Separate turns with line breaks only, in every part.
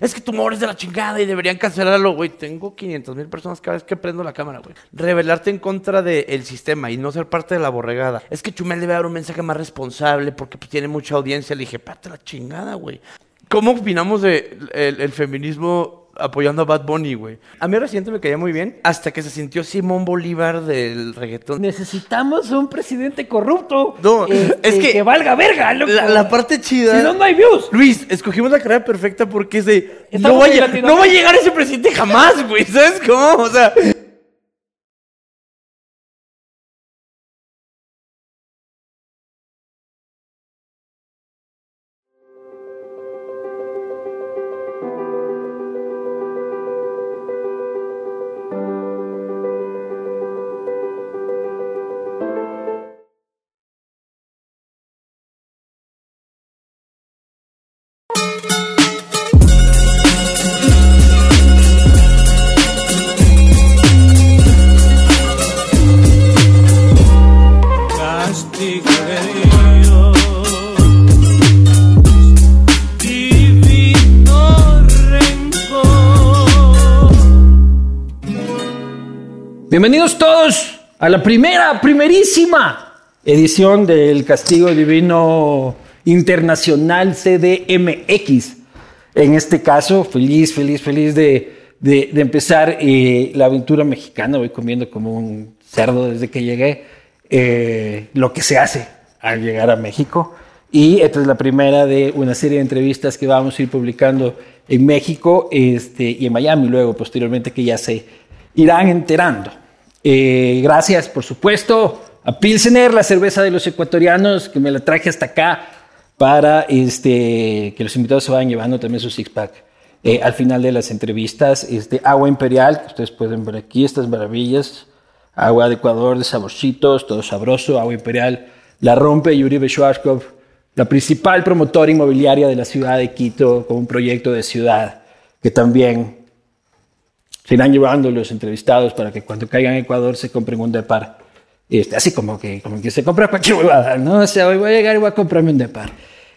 es que tu humor es de la chingada y deberían cancelarlo, güey. Tengo 500 mil personas cada vez que prendo la cámara, güey. Revelarte en contra del sistema y no ser parte de la borregada. Es que Chumel debe dar un mensaje más responsable porque pues, tiene mucha audiencia. Le dije, pate la chingada, güey. ¿Cómo opinamos de el, el feminismo apoyando a Bad Bunny, güey? A mí reciente me caía muy bien hasta que se sintió Simón Bolívar del reggaetón.
Necesitamos un presidente corrupto.
No,
este,
es que-
Que valga verga, loco.
La, la parte chida.
Si no, no hay views.
Luis, escogimos la carrera perfecta porque es de. No
Estamos
va, a
en
lle-
Latinoamérica.
no va a llegar ese presidente jamás, güey. ¿Sabes cómo? O sea.
castigo de Dios, divino rencor.
Bienvenidos todos a la primera, primerísima edición del Castigo Divino Internacional CDMX. En este caso, feliz, feliz, feliz de, de- de empezar eh, la aventura mexicana. Voy comiendo como un cerdo desde que llegué. eh, lo que se hace al llegar a México. Y esta es la primera de una serie de entrevistas que vamos a ir publicando en México este, y en Miami luego, posteriormente, que ya se irán enterando. Eh, gracias, por supuesto, a Pilsener, la cerveza de los ecuatorianos, que me la traje hasta acá para este, que los invitados se vayan llevando también su six-pack. Eh, al final de las entrevistas, este, agua imperial, que ustedes pueden ver aquí, estas maravillas. Agua de Ecuador, de saborcitos, todo sabroso, agua imperial. La rompe Yuri Schwarzkopf, la principal promotora inmobiliaria de la ciudad de Quito, con un proyecto de ciudad que también se irán llevando los entrevistados para que cuando caigan a Ecuador se compren un depar. Este, así como que, como que se compra cualquier huevada, ¿no? O sea, hoy voy a llegar y voy a comprarme un depar.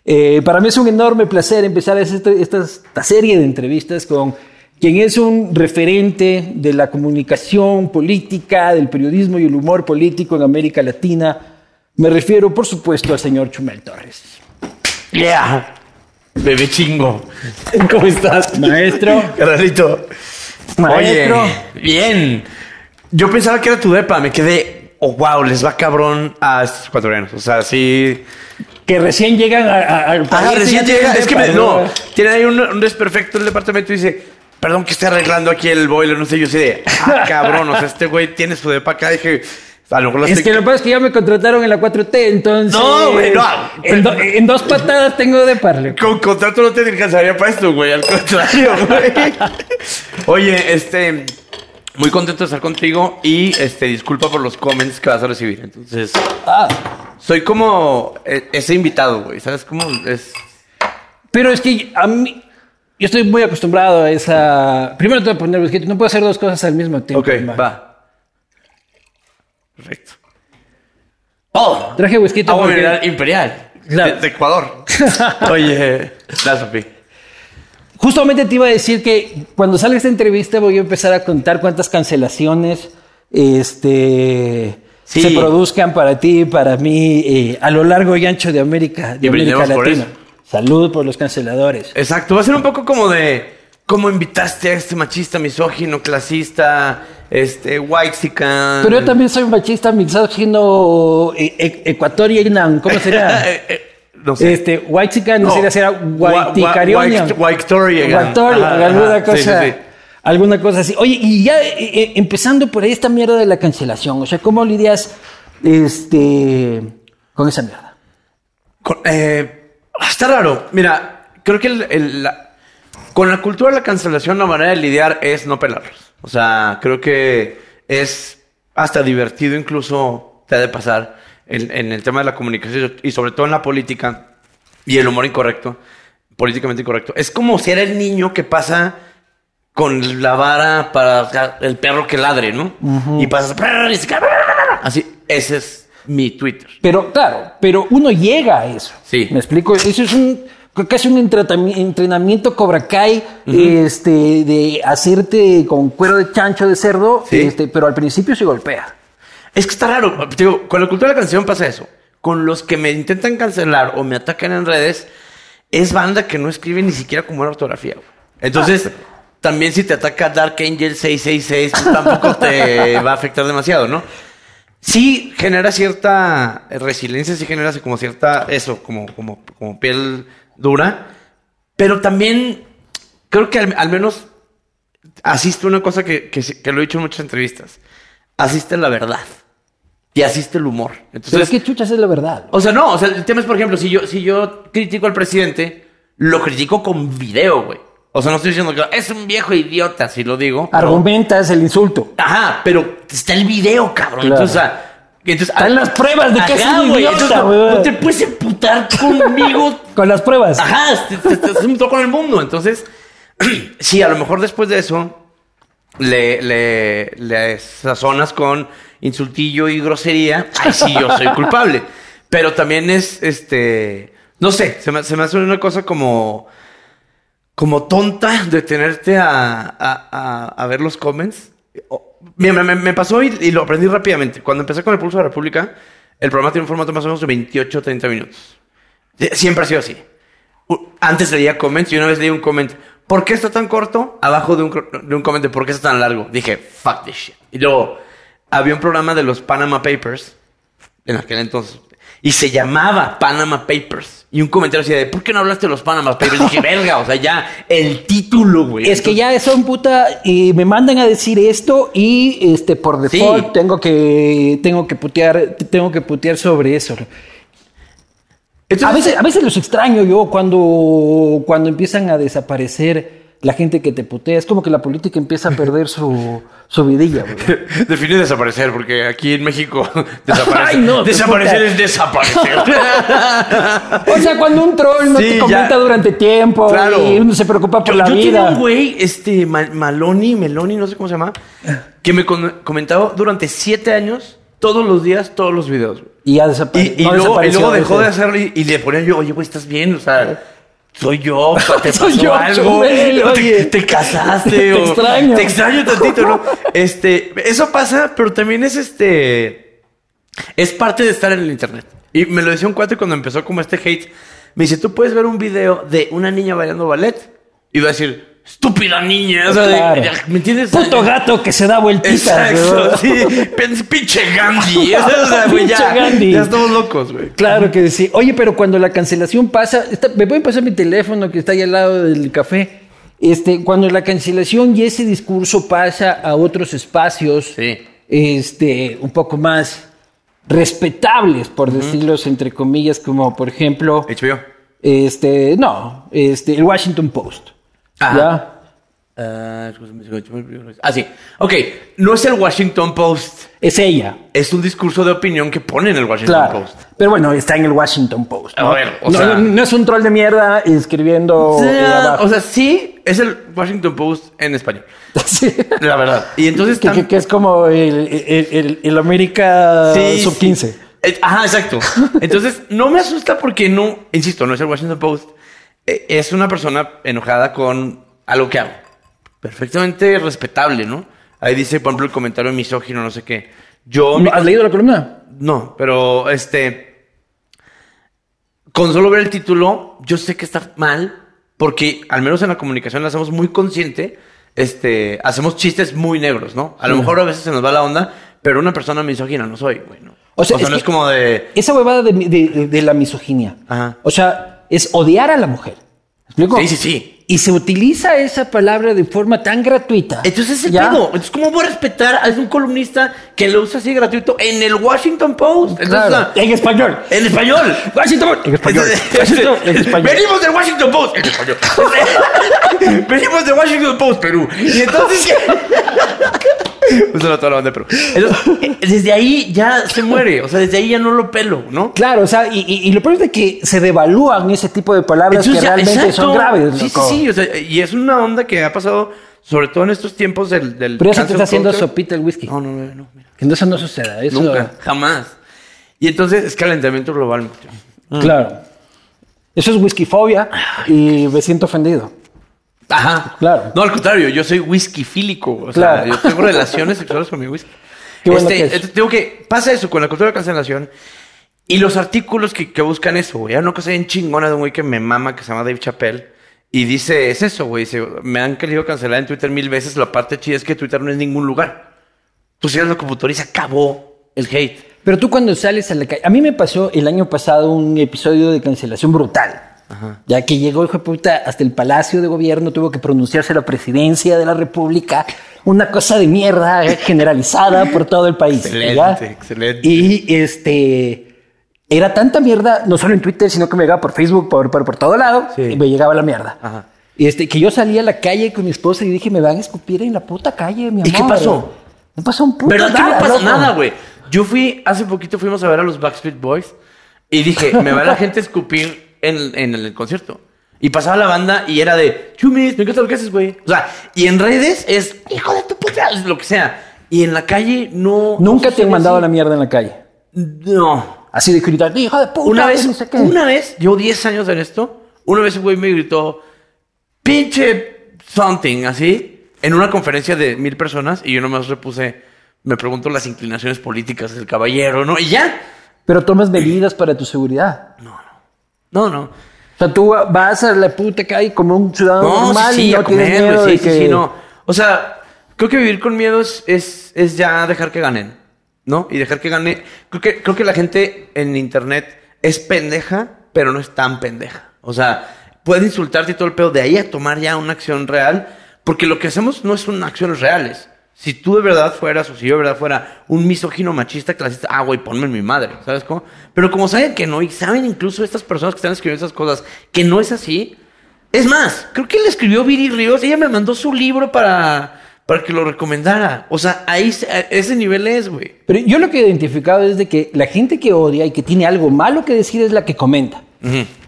Eh, para mí es un enorme placer empezar este- esta, esta serie de entrevistas con quien es un referente de la comunicación política, del periodismo y el humor político en América Latina. Me refiero, por supuesto, al señor Chumel Torres.
Yeah. Bebé chingo. ¿Cómo estás?
Maestro.
Carnalito.
Maestro.
Oye, bien. Yo pensaba que era tu depa. Me quedé. Oh, wow, les va cabrón a estos ecuatorianos. O sea, sí.
Que recién llegan a- a- al
Ah,
país y
recién
ya
llega.
tienen
Es que
depa,
me- no. Tiene ahí un, un desperfecto en el departamento y dice. Perdón que esté arreglando aquí el boiler, no sé, yo sé de, ah, cabrón, o sea, este güey tiene su depa acá, dije, a lo mejor lo
Es
estoy-
que lo que pasa es que ya me contrataron en la 4T, entonces.
No, güey, no.
En, do- en dos patadas tengo de parle.
Con contrato no te alcanzaría para esto, güey. Al contrario, güey. Oye, este. Muy contento de estar contigo y este, disculpa por los comments que vas a recibir. Entonces,
Ah,
soy como eh, ese invitado, güey. ¿Sabes cómo es?
pero es que a mí. Yo estoy muy acostumbrado a esa. Primero te voy a poner los no puedo hacer dos cosas al mismo tiempo.
Ok,
man.
va. Perfecto. ¡Oh!
Traje whisky
Agua
porque-
mineral imperial.
Claro.
De, de Ecuador. Oye, la Sofi.
Justamente te iba a decir que cuando salga esta entrevista voy a empezar a contar cuántas cancelaciones este,
Sí.
se produzcan para ti y para mí eh, a lo largo y ancho de América,
Y
de América
brindemos por
Latina.
eso.
Salud por los canceladores.
Exacto, va a ser un poco como de cómo invitaste a este machista, misógino, clasista, este, whitezican.
Pero yo también soy machista, misógino, e- e- ecuatorianan, ¿cómo sería?
Eh, eh, no sé.
Este, white chican, no
No.
sería, será
Gua-
guaiticarionian.
gua- guaict- guaictorian.
Guaitorian,
Ajá,
alguna
ajá, sí,
cosa.
sí, sí.
Alguna cosa así. Oye, y ya eh, eh, empezando por ahí esta mierda de la cancelación, o sea, ¿cómo lidias este, con esa mierda?
Con- eh, está raro. Mira, creo que el- el- la- con la cultura de la cancelación la manera de lidiar es no pelarlos. O sea, creo que es hasta divertido incluso te ha de pasar en, en el tema de la comunicación y sobre todo en la política y el humor incorrecto, políticamente incorrecto. Es como si era el niño que pasa con la vara para el perro que ladre, ¿no? Y pasas y se cae, así. Ese es mi Twitter.
Pero claro, pero uno llega a eso.
Sí.
¿Me explico? Eso es un, Creo que es un entretami- entrenamiento Cobra Kai este, de hacerte con cuero de chancho de cerdo,
Sí.
este, pero al principio se golpea.
Es que está raro. Te Digo, con la cultura de la canción pasa eso. Con los que me intentan cancelar o me atacan en redes, es banda que no escribe ni siquiera con buena ortografía. güey. Entonces, también si te ataca Dark Angel 666, pues tampoco te va a afectar demasiado, ¿no? Sí genera cierta resiliencia, sí genera así como cierta, eso, como, como, como piel dura. Pero también creo que al, al menos asiste una cosa que, que se- que lo he dicho en muchas entrevistas. Asiste la verdad. Y asiste el humor.
Pero es
Entonces,
que chuchas es la verdad.
o sea, no, o sea, el tema es, por ejemplo, si yo, si yo critico al presidente, lo critico con video, güey. O sea, no estoy diciendo que es un viejo idiota, si lo digo.
Argumentas el insulto.
Ajá, pero está el video, cabrón.
Claro.
Entonces, o sea, entonces,
Están las pruebas de que es un
güey,
idiota,
entonces no-
güey.
No te puedes emputar conmigo
Con las pruebas.
Ajá, est- est- estás junto con el mundo. Entonces, sí, a lo mejor después de eso le, le, le sazonas con insultillo y grosería. Ay, sí, yo soy culpable. Pero también es, este, no sé, se me, se me hace una cosa como, como tonta detenerte a, a, a- a ver los comments. O- Mira, me, me- me pasó y, y lo aprendí rápidamente. Cuando empecé con el Pulso de la República, el programa tiene un formato más o menos de 28 30 minutos. De- Eh, Siempre ha sido así. U- Antes leía comments y una vez leí un comment. ¿Por qué está tan corto? Abajo de un, cro- de un comment de por qué está tan largo. Dije, fuck this shit. Y luego había un programa de los Panama Papers en aquel entonces. Y se llamaba Panama Papers. Y un comentario así de, ¿por qué no hablaste de los Panama Papers? Dije, verga, o sea, ya el título, güey.
Es que
Entonces-
ya son puta y me mandan a decir esto y este por default
Sí.
tengo que tengo que putear tengo que putear sobre eso.
Entonces-
A veces a veces los extraño yo cuando cuando empiezan a desaparecer la gente que te putea, es como que la política empieza a perder su su vidilla, güey.
Define desaparecer, porque aquí en México desaparecer,
Ay, no,
desaparecer
puta.
es desaparecer.
O sea, cuando un troll no
Sí,
te
ya.
comenta durante tiempo y uno se preocupa por
Yo-
la
yo tenía
vida.
un güey, este, Ma- Maloni, Meloni, no sé cómo se llama, que me con- comentaba durante siete años, todos los días, todos los videos. güey.
y ya desapare-
Y, y
no
luego, y
desapareció
luego
a
dejó de
veces.
hacerlo y, y le ponían yo, oye, güey, ¿estás bien? O sea, soy yo, te
Soy
pasó
yo,
algo,
güey, oye.
te, te casaste.
Te
o-
extraño.
Te extraño tantito, ¿no? Este, eso pasa, pero también es este... Es parte de estar en el internet. Y me lo decía un cuate cuando empezó como este hate. Me dice, tú puedes ver un video de una niña bailando ballet. Y va a decir, estúpida niña. O sea, de-
Claro.
de- ¿Me entiendes?
Puto gato que se da vueltitas.
Exacto,
¿no?
sí. Pens- Pinche Gandhi. O sea, güey, ya,
Pinche Gandhi.
ya estamos locos, güey.
Claro que sí. Oye, pero cuando la cancelación pasa, está- me pueden pasar mi teléfono que está ahí al lado del café. Este, cuando la cancelación y ese discurso pasa a otros espacios,
Sí.
este, un poco más respetables, por decirlos entre comillas, como por ejemplo,
HBO.
este, no, este, el Washington Post.
Ajá.
¿Ya?
Ah, sí. Ok, no es el Washington Post.
Es ella,
Es un discurso de opinión que pone en el Washington
claro.
Post.
Pero bueno, está en el Washington Post. ¿no?
A ver, o
no,
sea-
no- no es un troll de mierda escribiendo.
O
ahí
sea,
abajo.
o sea, sí, es el Washington Post en español.
Sí.
La verdad. Y entonces
Que,
tam-
que- que es como el, el- el- el América
Sí,
ah, sub
sí.
15.
Eh, Ajá, exacto. Entonces, no me asusta porque no, insisto, no es el Washington Post. Eh, Es una persona enojada con algo que hago. Perfectamente respetable, ¿no? Ahí dice, por ejemplo, el comentario misógino, no sé qué. Yo. mi-
¿Has leído la columna?
No, pero este. Con solo ver el título, yo sé que está mal, porque al menos en la comunicación la hacemos muy consciente. Este, hacemos chistes muy negros, ¿no? A lo
Sí.
mejor a veces se nos va la onda, pero una persona misógina no soy, güey, ¿no?
O sea, es
no
que-
es como de.
Esa huevada de, mi- de- de la misoginia.
Ajá.
O sea, es odiar a la mujer. ¿Me explico?
Sí, sí, sí.
Y se utiliza esa palabra de forma tan gratuita.
Entonces es el
¿Ya?
pedo. Entonces, ¿cómo voy a respetar a un columnista que lo usa así gratuito en el Washington Post? Entonces,
Claro.
la-
En español.
en español.
Washington en
Pues
español. Washington en español.
este, Venimos del Washington Post. En español. Venimos del Washington Post, Perú. Y entonces. Un saludo a Pues toda la banda de Perú. Entonces, desde ahí ya se muere. O sea, desde ahí ya no lo pelo, ¿no?
Claro, o sea, y, y- y lo peor es de que se devalúan ese tipo de palabras
Entonces,
que
ya-
realmente
exacto.
son graves.
Sí, sí,
loco.
sí. O sea, y es una onda que ha pasado, sobre todo en estos tiempos del. del
Pero eso te
cancel
está haciendo
culture.
sopita el whisky.
No, no, no, no. mira,
Que eso no suceda. Eso,
Nunca, jamás. Y entonces es calentamiento global. muchachos.
Claro. Eso es whiskyfobia y me siento ofendido.
Ajá.
Claro.
No, al contrario, yo soy whiskyfílico. O
Claro.
sea, yo tengo relaciones sexuales con mi whisky.
Qué bueno
Este,
que es.
este, tengo que. Pasa eso con la cultura de cancelación y los artículos que, que buscan eso, güey. Hay una cosa bien chingona de un güey que me mama que se llama Dave Chappelle y dice: Es eso, güey. dice, me han querido cancelar en Twitter mil veces. La parte chida es que Twitter no es ningún lugar. Tú cierras la computadora y se acabó el hate.
Pero tú cuando sales a la calle, a mí me pasó el año pasado un episodio de cancelación brutal. Ya que llegó hijo de puta hasta el Palacio de Gobierno, tuvo que pronunciarse la presidencia de la República, una cosa de mierda eh, generalizada por todo el país.
Excelente,
¿ya?
excelente.
Y este era tanta mierda, no solo en Twitter, sino que me llegaba por Facebook, por, por, por todo lado,
Sí.
y me llegaba la mierda.
Ajá.
Y este, que yo salí a la calle con mi esposa y dije, me van a escupir en la puta calle, mi amor.
¿Y qué pasó?
No pasó un puto
Pero es que no
nada,
pasa
loco.
nada, güey. Yo fui, hace poquito fuimos a ver a los Backstreet Boys y dije, me va la gente a escupir en, en el concierto. Y pasaba la banda y era de, chumis, me encanta lo que haces, güey. O sea, y en redes es, hijo de tu puta, es lo que sea. Y en la calle no.
Nunca te han mandado
a
la mierda en la calle.
No.
Así de gritar, hijo de puta.
Una
que
vez,
no sé qué".
una vez, llevo 10 años en esto, una vez un güey me gritó, pinche something, así, en una conferencia de mil personas y yo nomás le puse, me pregunto las inclinaciones políticas del caballero, ¿no? Y ya.
Pero tomas medidas para tu seguridad.
No, no.
O sea, tú vas a la puta calle como un ciudadano
No,
normal
sí, sí,
y no
a
tienes
comer,
miedo
güey,
de
sí,
que...
sí, sí, no. O sea, creo que vivir con miedo es, es, es ya dejar que ganen, ¿no? Y dejar que gane. Creo que, creo que la gente en internet es pendeja, pero no es tan pendeja. O sea, puede insultarte y todo el pedo de ahí a tomar ya una acción real, porque lo que hacemos no son acciones reales. Si tú de verdad fueras, o si yo de verdad fuera un misógino machista clasista, ah, güey, ponme en mi madre, ¿sabes cómo? Pero como saben que no, y saben incluso estas personas que están escribiendo esas cosas, que no es así, es más, creo que le escribió Viri Ríos. Ella me mandó su libro para, para que lo recomendara. O sea, ahí se- a ese nivel es, güey.
Pero yo lo que he identificado es de que la gente que odia y que tiene algo malo que decir es la que comenta.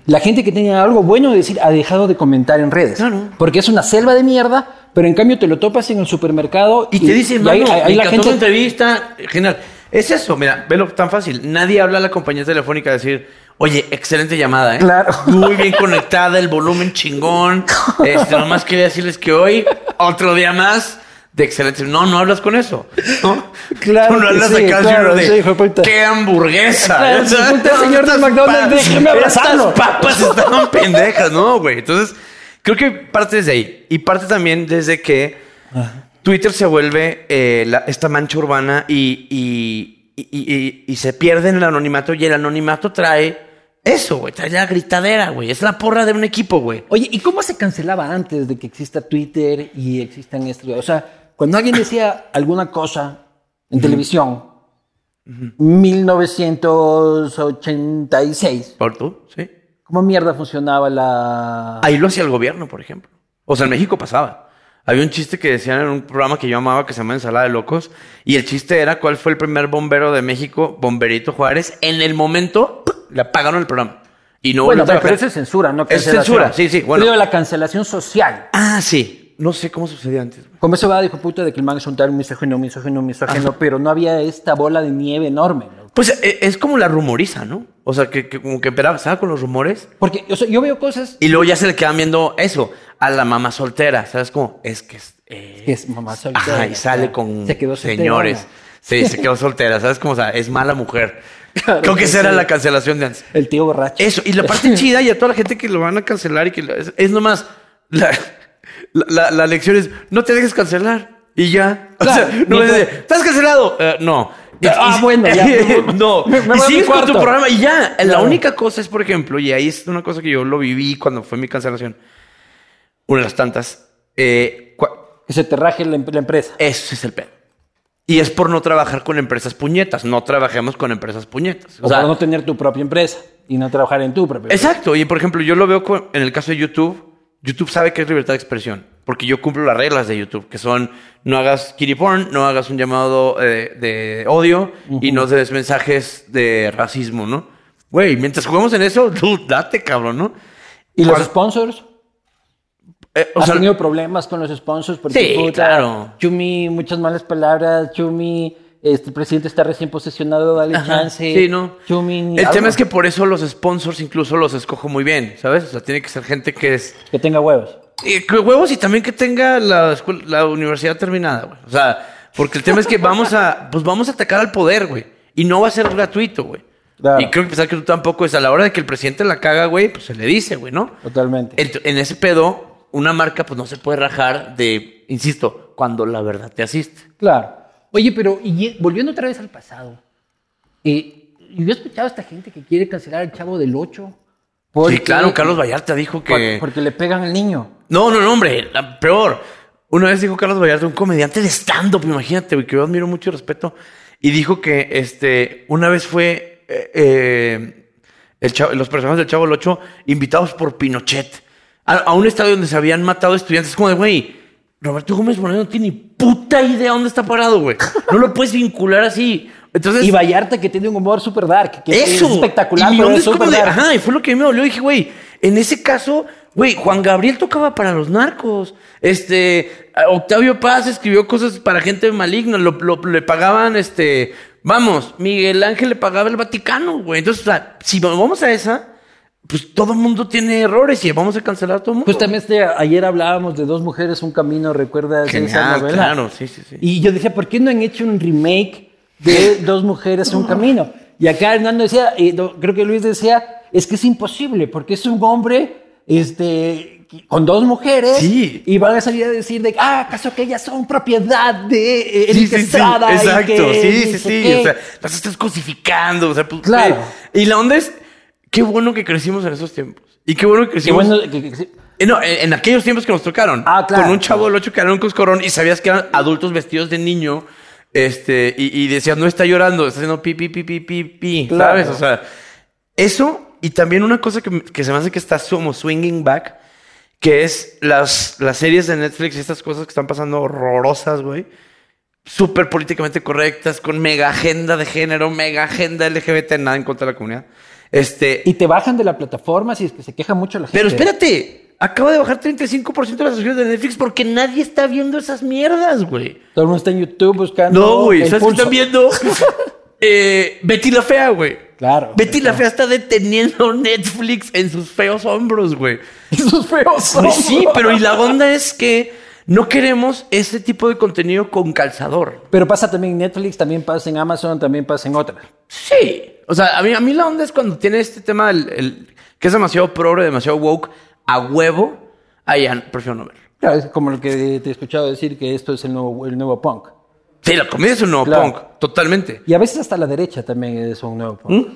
La gente que tiene algo bueno que decir ha dejado de comentar en redes.
Claro.
Porque es una selva de mierda, pero en cambio te lo topas en el supermercado
Y te dicen,
y ahí-
mano,
ahí- ahí
me
la
encantó tu
gente...
entrevista. Genial. Es eso, mira, velo tan fácil. Nadie habla a la compañía telefónica a decir, oye, excelente llamada, ¿eh?
Claro.
Muy bien conectada, el volumen chingón. Este, nomás quería decirles que hoy, otro día más de excelente. No, no hablas con eso. ¿no?
Claro
Tú no
que
hablas
sí,
acá así,
claro,
uno
sí,
de,
hijo de puta.
¡Qué hamburguesa!
Claro,
O sea,
hijo de puta, señor de
estas
McDonald's,
pa-
déjeme abrazarlo.
Estas papas estaban pendejas, ¿no, güey? Entonces, creo que parte desde ahí. Y parte también desde que... Twitter se vuelve eh, la- esta mancha urbana y, y- y- y- y se pierde en el anonimato y el anonimato trae eso, güey, trae la gritadera, güey, es la porra de un equipo, güey.
Oye, ¿y cómo se cancelaba antes de que exista Twitter y existan esto? O sea, cuando alguien decía alguna cosa en televisión, 1986,
¿Por tú? Sí.
¿cómo mierda funcionaba la...
Ahí lo hacía el gobierno, por ejemplo. O sea, en México pasaba. Había un chiste que decían en un programa que yo amaba que se llama Ensalada de Locos y el chiste era cuál fue el primer bombero de México, Bomberito Juárez, en el momento ¡pum! le apagaron el programa. Y no
bueno,
volvió a
pero,
trabajar.
eso es censura, ¿no?
Es censura, sí, sí, bueno.
Pero la cancelación social.
Ah, sí. No sé cómo sucedió antes, güey.
Como eso va, dijo puta, de que el man es un tal misógino, misógino, misógino, pero no había esta bola de nieve enorme. ¿no?
Pues e- es como la rumoriza, ¿no? O sea, que, que como que empezaba empezaba con los rumores
Porque o sea, yo veo cosas
y luego ya se le quedan viendo eso a la mamá soltera, ¿sabes? Como es que es. eh,
que es mamá soltera.
ajá, y sale con
Se quedó solterona.
señores. Sí, se quedó soltera, ¿sabes? Como, o sea, es mala mujer.
Claro
Creo que
que
esa era
sí.
la cancelación de antes.
El tío borracho.
Eso, y la parte chida y a toda la gente que lo van a cancelar y que lo- es, es nomás la, la, la- la lección es no te dejes cancelar y ya. O
Claro,
sea, no es
mientras-
de, estás cancelado. Eh, no.
Ah,
Y-
bueno, ya.
no.
Me- me voy
y
a mi
sigues con tu
cuarto.
programa y ya. La
Claro.
única cosa es, por ejemplo, y ahí es una cosa que yo lo viví cuando fue mi cancelación, una de las tantas. eh, cua-
Que se te raje la, em- la empresa.
ese es el pedo. Y es por no trabajar con empresas puñetas. No trabajemos con empresas puñetas.
O, para no tener tu propia empresa y no trabajar en tu propia empresa.
Exacto. Y por ejemplo, yo lo veo co- en el caso de YouTube. YouTube sabe que es libertad de expresión. Porque yo cumplo las reglas de YouTube, que son no hagas kitty porn, no hagas un llamado eh, de odio y no des mensajes de racismo, ¿no? Güey, mientras jugamos en eso, tú date, cabrón, ¿no?
¿Y los
Cuando-
sponsors?
Eh, o
¿Has
sea,
tenido problemas con los sponsors? Porque,
Sí, claro.
Chumi, muchas malas palabras. Chumi, este presidente está recién posesionado, dale chance.
Sí, ¿no?
Chumi,
El
algo
tema es que por eso los sponsors incluso los escojo muy bien, ¿sabes? O sea, tiene que ser gente que es
que tenga huevos.
Y que huevos y también que tenga la, escuela- la universidad terminada, güey. O sea, porque el tema es que vamos a, pues vamos a atacar al poder, güey. Y no va a ser gratuito, güey.
Claro.
Y creo que pensar que tú tampoco es a la hora de que el presidente la caga, güey, pues se le dice, güey, ¿no?
Totalmente.
Ent- En ese pedo, una marca pues no se puede rajar de, insisto, cuando la verdad te asiste.
Claro.
Oye, pero y ye- volviendo otra vez al pasado, eh, yo he escuchado a esta gente que quiere cancelar al chavo del 8.
Sí, claro, Carlos Vallarta dijo que...
Por- Porque le pegan al niño.
No, no, no, hombre, la peor. Una vez dijo Carlos Vallarta, un comediante de stand-up, imagínate, güey, que yo admiro mucho y respeto. Y dijo que este, una vez fue eh, eh, el chavo- los personajes del Chavo el 8 invitados por Pinochet a, a un estadio donde se habían matado estudiantes. Como de, güey, Roberto Gómez Moreno no tiene ni puta idea dónde está parado, güey. No lo puedes vincular así. Entonces,
Y Vallarta que tiene un humor super dark, que
eso.
es espectacular,
Y mi
pero
onda
es
es como
super
de,
dark.
ajá, y fue lo que me dolió. Dije, güey, en ese caso, güey, Juan Gabriel tocaba para los narcos. Este, Octavio Paz escribió cosas para gente maligna. Lo, lo- le pagaban, este, vamos, Miguel Ángel le pagaba el Vaticano, güey. Entonces, o sea, si vamos a esa, pues todo el mundo tiene errores y vamos a cancelar a todo el
Pues
mundo.
Justamente ayer hablábamos de Dos Mujeres, Un Camino, ¿recuerdas esa
Genial,
novela?
claro, sí, sí, sí.
Y yo dije, ¿por qué no han hecho un remake de Dos Mujeres, Un Camino? Y acá Hernando decía, y do- creo que Luis decía, es que es imposible, porque es un hombre este, que- con dos mujeres
Sí.
y van a salir a decir, de, ah, ¿acaso que ellas son propiedad de eh, Eric Estrada? y
Exacto,
que
sí,
no
sí,
sé
sí.
qué?
O sea, las estás cosificando. O sea, pues,
Claro.
eh, Y la onda es, qué bueno que crecimos en esos tiempos. Y qué bueno que
Qué
crecimos.
bueno que- que- que-
Eh, no, en, en aquellos tiempos que nos tocaron.
Ah, claro.
Con un chavo del 8 que era un coscorrón y sabías que eran adultos vestidos de niño. Este, y, y decías, no está llorando, está haciendo pi, pi, pi, pi, pi, pi.
Claro.
¿Sabes? O sea, eso. Y también una cosa que, que se me hace que está como swinging back, que es las, las series de Netflix y estas cosas que están pasando horrorosas, güey súper políticamente correctas, con mega agenda de género, mega agenda LGBT, nada en contra de la comunidad. Este,
Y te bajan de la plataforma si es que se queja mucho la gente.
pero espérate, acaba de bajar 35% de las suscripciones de Netflix porque nadie está viendo esas mierdas, güey.
Todo el mundo está en YouTube buscando.
Ah, No, güey,
el
¿sabes qué
pulso.
están viendo? Eh, Betty la Fea, güey.
Claro.
Betty la Fea está deteniendo Netflix en sus feos hombros, güey.
Esos feos.
Pues sí, pero y la onda es que no queremos ese tipo de contenido con calzador.
Pero pasa también en Netflix, también pasa en Amazon, también pasa en otras.
Sí. O sea, a mí, a mí la onda es cuando tiene este tema del- el- que es demasiado progre, demasiado woke, a huevo, ahí ya prefiero no verlo.
Claro, es como lo que te he escuchado decir que esto es el nuevo, el nuevo punk.
Sí, la comedia es un nuevo
Claro.
punk, totalmente.
Y a veces hasta la derecha también es un nuevo punk.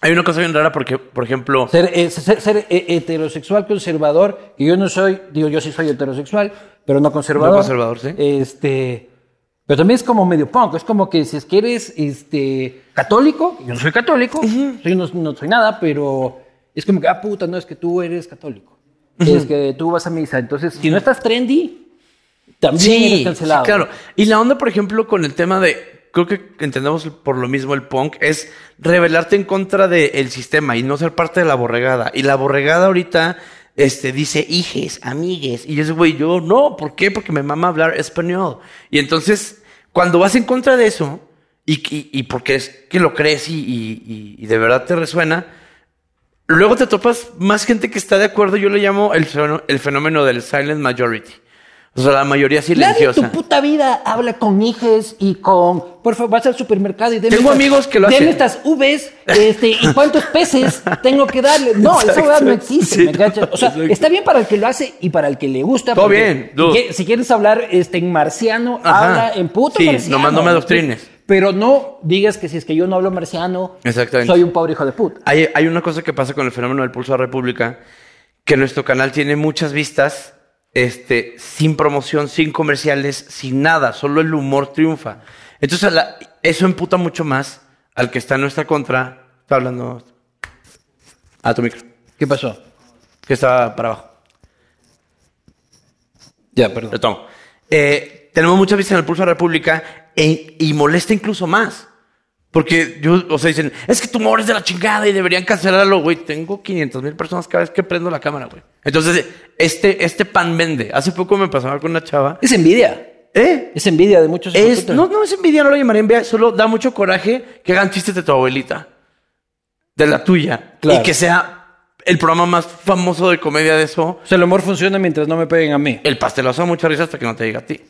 Hay una cosa bien rara porque, por ejemplo,
Ser, eh, ser- ser, eh, heterosexual conservador, que yo no soy, digo, yo sí soy heterosexual, pero no conservador.
No conservador, sí.
Este, pero también es como medio punk, es como que si es que eres este, católico, yo no soy católico, soy- no, no soy nada, pero es como que, ah, puta, no, es que tú eres católico, es que tú vas a misa, entonces si no estás trendy, también eres cancelado.
sí, claro. Y la onda, por ejemplo, con el tema de. Creo que entendemos por lo mismo el punk, es rebelarte en contra del sistema y no ser parte de la borregada. Y la borregada ahorita este, dice hijes, amigues. Y yo güey, yo no, ¿por qué? Porque me mama hablar español. Y entonces, cuando vas en contra de eso, y, y- y porque es que lo crees y, y- y- y de verdad te resuena, luego te topas más gente que está de acuerdo. Yo le llamo el, fenó- el fenómeno del silent majority. O sea, la mayoría
Nadie en
silenciosa.
tu puta vida habla con hijes y con. Por favor, vas al supermercado y deme.
Tengo amigos que lo
deme
hacen.
estas uves este, y cuántos peces tengo que darle. No, esa
Exacto.
verdad no existe,
Sí,
¿me cachas? O sea,
exacto.
está bien para el que lo hace y para el que le gusta.
Todo
porque
bien,
si
dude.
que- Si quieres hablar este, en marciano,
Ajá.
habla en puto
Sí,
marciano.
nomás no me adoctrines.
Pero no digas que si es que yo no hablo marciano,
Exactamente.
soy un pobre hijo de puta.
Hay, hay una cosa que pasa con el fenómeno del pulso de la República, que nuestro canal tiene muchas vistas, este, sin promoción, sin comerciales, sin nada, solo el humor triunfa. Entonces, a la- eso emputa mucho más al que está en nuestra contra. Está hablando a tu micro,
¿Qué pasó?
que está para abajo.
Ya,
Lo
perdón.
tomo. Eh, tenemos muchas vistas en el Pulso de la República e- y molesta incluso más. Porque yo, o sea, dicen, es que tu humor es de la chingada y deberían cancelarlo, güey. Tengo 500 mil personas cada vez que prendo la cámara, güey. Entonces, este, este pan vende. Hace poco me pasaba con una chava.
Es envidia.
¿Eh?
Es envidia de muchos. hijos de
Es,
puta.
no, no es envidia, no lo llamaría envidia, solo da mucho coraje que hagan chistes de tu abuelita, de la tuya,
Claro.
y que sea el programa más famoso de comedia de eso.
O sea, el amor funciona mientras no me peguen a mí.
El pastelazo da mucha risa hasta que no te diga a ti.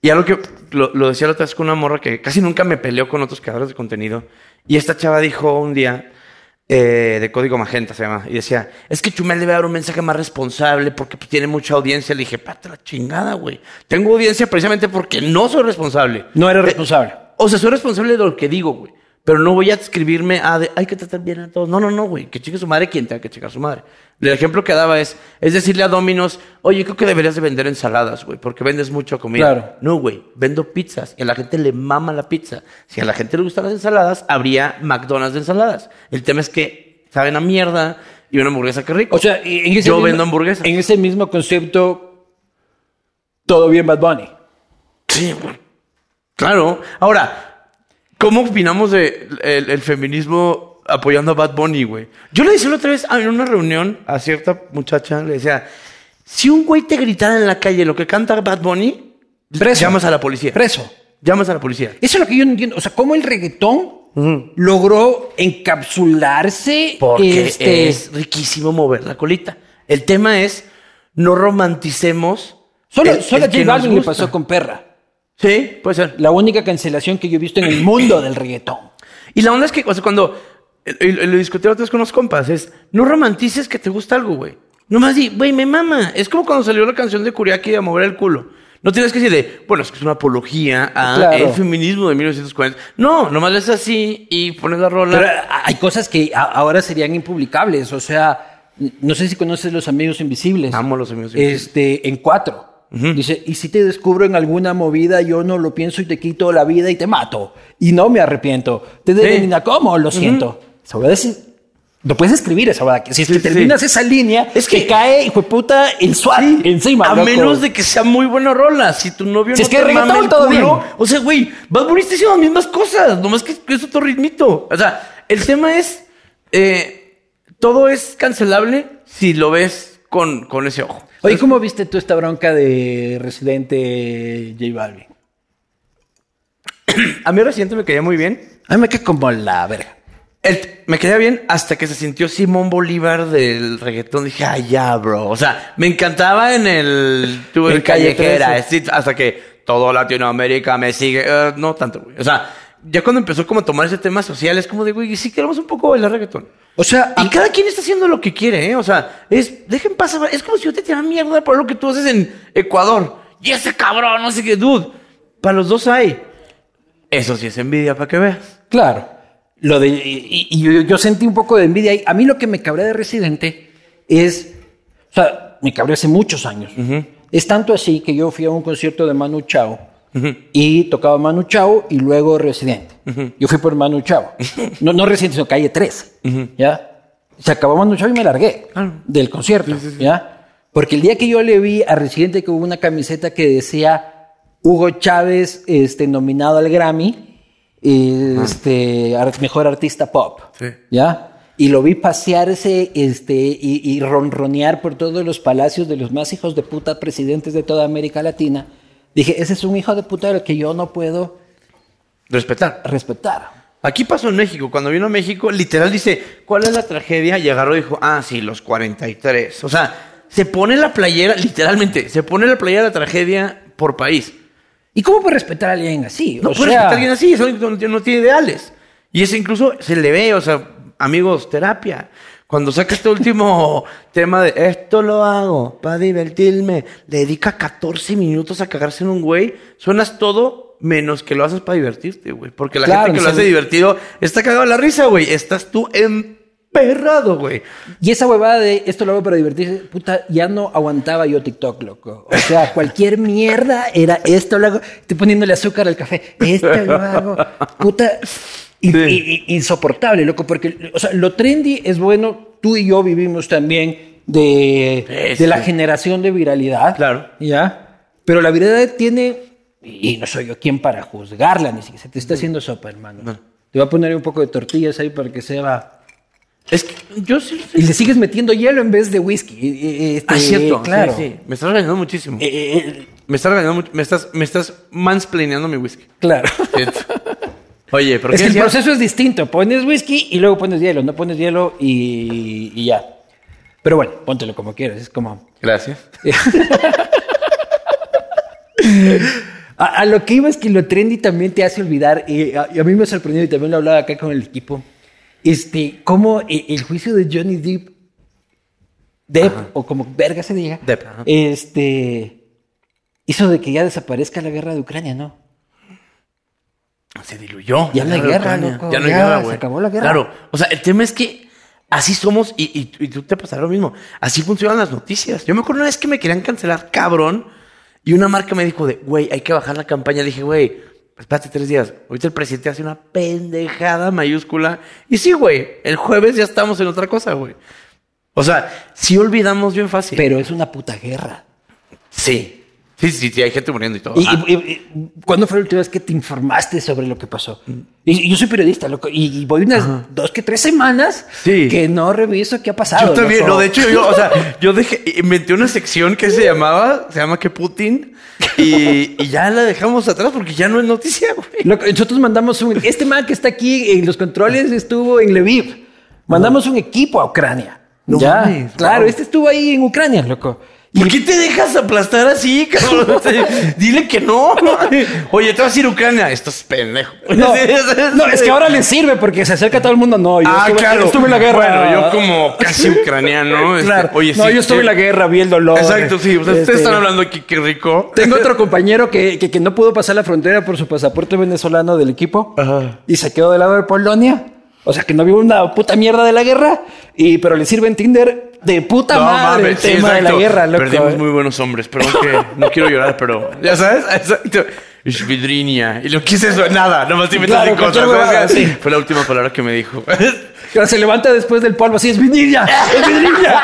Y algo que lo, lo decía la otra vez con una morra que casi nunca me peleó con otros creadores de contenido. Y esta chava dijo un día, eh, de código magenta se llama, y decía: Es que Chumel debe dar un mensaje más responsable porque pues, tiene mucha audiencia. Le dije: Pata la chingada, güey. Tengo audiencia precisamente porque no soy responsable.
No eres
Eh,
responsable.
o sea, soy responsable de lo que digo, güey. Pero no voy a escribirme a de, hay que tratar bien a todos. No, no, no, güey. Que cheque su madre quien tenga que checar su madre. El ejemplo que daba es, es decirle a Dominos, oye, creo que deberías de vender ensaladas, güey, porque vendes mucho comida.
Claro.
No, güey, vendo pizzas. Y a la gente le mama la pizza. Si a la gente le gustan las ensaladas, habría McDonald's de ensaladas. El tema es que saben a mierda y una hamburguesa que rico.
O sea, y en ese
Yo
mismo-
vendo hamburguesas.
En ese mismo concepto, todo bien Bad Bunny.
Sí, güey. Claro. Ahora, ¿cómo opinamos de el, el feminismo apoyando a Bad Bunny, güey? Yo le decía la otra vez ah, en una reunión a cierta muchacha, le decía, si un güey te gritara en la calle lo que canta Bad Bunny,
Preso.
llamas a la policía.
Preso.
Llamas a la policía.
Eso es lo que yo no entiendo. O sea, cómo el reggaetón logró encapsularse.
Porque
este,
es riquísimo mover la colita. El tema es, no romanticemos.
Solo,
el- el
solo a J
que
Balvin
nos
le
gusta.
pasó con Perra.
Sí, puede ser.
La única cancelación que yo he visto en el mundo del reggaetón.
Y la onda es que, o sea, cuando eh, eh, lo discutí otra vez con unos compas, es no romantices que te gusta algo, güey. Nomás di, güey, me mama. Es como cuando salió la canción de Kuriaki de A mover el culo. No tienes que decir de, bueno, es que es una apología al
Claro.
feminismo de 1940. No, nomás es así y pones la rola.
Pero a- hay cosas que a- ahora serían impublicables. O sea, n- no sé si conoces Los Amigos Invisibles.
Amo Los Amigos Invisibles.
Este, en cuatro. Dice, y si te descubro en alguna movida, yo no lo pienso y te quito la vida y te mato. Y no me arrepiento. Te determina cómo, lo siento. Esa hueá es- Lo puedes escribir esa verdad. Si es que
Sí, sí,
terminas
sí.
esa línea,
Es
es
que-
que cae, hijo de puta, el SWAT encima.
a
loco.
menos de que sea muy buena rola. Si tu novio
Si
no
es que
te
es
mama
reggaetón,
el
todo
culo,
bien.
O sea, güey, Bad Bunny está haciendo las mismas cosas. Nomás que es otro ritmito. O sea, el tema es... eh, todo es cancelable si lo ves con, con ese ojo.
Oye, ¿cómo viste tú esta bronca de residente J Balvin?
A mí reciente me caía muy bien.
A mí me cae como la verga.
El- me caía bien hasta que se sintió Simón Bolívar del reggaetón. Dije, ay, ya, bro. O sea, me encantaba en el... Tú
En
en
Calle
callejera.
13.
sí, hasta que todo Latinoamérica me sigue. Eh, no tanto, güey. O sea, ya cuando empezó como a tomar ese tema social, es como de, güey, sí queremos un poco bailar reggaetón.
O sea,
Y cada quien está haciendo lo que quiere, ¿eh? O sea, es, dejen pasar. Es como si yo te tirara mierda por lo que tú haces en Ecuador. Y ese cabrón, no sé qué, dude. Para los dos hay. Eso sí es envidia, para que veas.
Claro. Lo de, y y yo, yo sentí un poco de envidia. ahí. A mí lo que me cabrea de Residente es. O sea, me cabrea hace muchos años. Es tanto así que yo fui a un concierto de Manu Chao y tocaba Manu Chao y luego Residente. Yo fui por Manu Chao. no, no Residente, sino calle 3. ¿Ya? Se acabó Manu Chao y me largué
Claro.
del concierto. ¿Ya? Porque el día que yo le vi a Residente que hubo una camiseta que decía Hugo Chávez este, nominado al Grammy este, ar- mejor artista pop.
Sí.
¿Ya? Y lo vi pasearse este, y, y ronronear por todos los palacios de los más hijos de puta presidentes de toda América Latina. Dije, ese es un hijo de puta al que yo no puedo
Respetar.
respetar.
Aquí pasó en México. Cuando vino a México, literal dice, ¿cuál es la tragedia? Y agarró y dijo, ah, sí, los 43. O sea, se pone la playera, literalmente, se pone la playera de la tragedia por país.
¿Y cómo puede respetar a alguien así?
No
O
puede
sea,
respetar a alguien así, es alguien que no, tiene- no tiene ideales. Y eso incluso se le ve, o sea, amigos, terapia. Cuando saca este último tema de esto lo hago para divertirme, le dedica 14 minutos a cagarse en un güey, suenas todo menos que lo haces para divertirte, güey. Porque la
Claro,
gente que lo
o sea,
hace divertido está cagado en la risa, güey. Estás tú emperrado, güey.
Y esa huevada de esto lo hago para divertirse, puta, ya no aguantaba yo TikTok, loco. O sea, cualquier mierda era esto lo hago. Estoy poniéndole azúcar al café. Esto lo hago. Puta, in-
Sí.
in- insoportable, loco. Porque, o sea, lo trendy es bueno. Tú y yo vivimos también de,
Sí,
de la
sí.
generación de viralidad.
Claro.
¿Ya? Pero la viralidad tiene. Y no soy yo quien para juzgarla, ni siquiera. Se te está haciendo sopa, hermano.
No.
Te voy a poner un poco de tortillas ahí para que se va.
Es que yo sí...
Y le sigues metiendo hielo en vez de whisky. Eh, eh, este,
Ah, es cierto.
Claro.
sí, sí. Me estás regañando muchísimo.
Eh, eh, eh,
Me estás regañando mucho. Me estás, me estás mansplaneando mi whisky.
Claro.
Oye, ¿por qué
Es que el
decías?
proceso es distinto. Pones whisky y luego pones hielo. No pones hielo y, y ya. Pero bueno, póntelo como quieras. Es como...
Gracias.
A, a lo que iba es que lo trendy también te hace olvidar, y a, y a mí me sorprendió y también lo hablaba acá con el equipo, este, cómo eh, el juicio de Johnny Depp, Depp, o como verga se diga,
Depp, ajá.
este, hizo de que ya desaparezca la guerra de Ucrania, ¿no?
Se diluyó.
Ya no hay
La de
guerra,
Ucrania.
loco.
Ya no hay
Ya,
guerra,
se
güey.
acabó la guerra.
Claro. O sea, el tema es que así somos y, y- y tú te pasará lo mismo. Así funcionan las noticias. Yo me acuerdo una vez que me querían cancelar, cabrón, y una marca me dijo de, güey, hay que bajar la campaña. Le dije, güey, espérate tres días. Ahorita el presidente hace una pendejada mayúscula. Y sí, güey, el jueves ya estamos en otra cosa, güey. O sea, sí olvidamos bien fácil.
Pero es una puta guerra.
sí. Sí, sí, sí, hay gente muriendo y todo.
Y,
Ah,
y- y- y- ¿Cuándo fue la última vez que te informaste sobre lo que pasó? Y, y yo soy periodista, loco, y, y voy unas dos que tres semanas
Sí.
que no reviso qué ha pasado.
Yo también,
loco.
no, de hecho, yo, o sea, yo dejé, inventé una sección que se llamaba, se llama que Putin, y, y ya la dejamos atrás porque ya no es noticia, güey.
Lo- nosotros mandamos un. Este man que está aquí en los controles estuvo en Lviv. Mandamos un equipo a Ucrania.
No
ya.
mames,
claro,
wow.
este estuvo ahí en Ucrania, loco.
¿Por qué te dejas aplastar así, cabrón? O sea, Dile que no. Oye, te vas a ir a Ucrania. Esto es pendejo.
No, no, es que ahora le sirve porque se acerca a todo el mundo. No, yo
Ah,
estuve,
claro.
estuve en la guerra.
Bueno, yo como casi ucraniano. este,
Claro.
oye,
no,
sí,
yo estuve
sí.
en la guerra, vi el dolor.
Exacto, sí. O sea,
Este,
ustedes están hablando aquí, qué rico.
Tengo otro compañero que, que- que no pudo pasar la frontera por su pasaporte venezolano del equipo
Ajá.
y se quedó del lado de Polonia. O sea, que no vio una puta mierda de la guerra, y, pero le sirve en Tinder de puta
No,
madre
mames,
el
sí,
tema de la
exacto.
guerra, loco.
Perdimos muy buenos hombres, pero que no quiero llorar, pero ya sabes, exacto. Shvidrinia. Y lo quise eso, nada, nomás te metes
Claro,
en cosas.
cualquier huevada,
¿no? Sí,
sí.
Fue la última palabra que me dijo.
Pero Se levanta después del polvo, así es vinilla, es vinilla.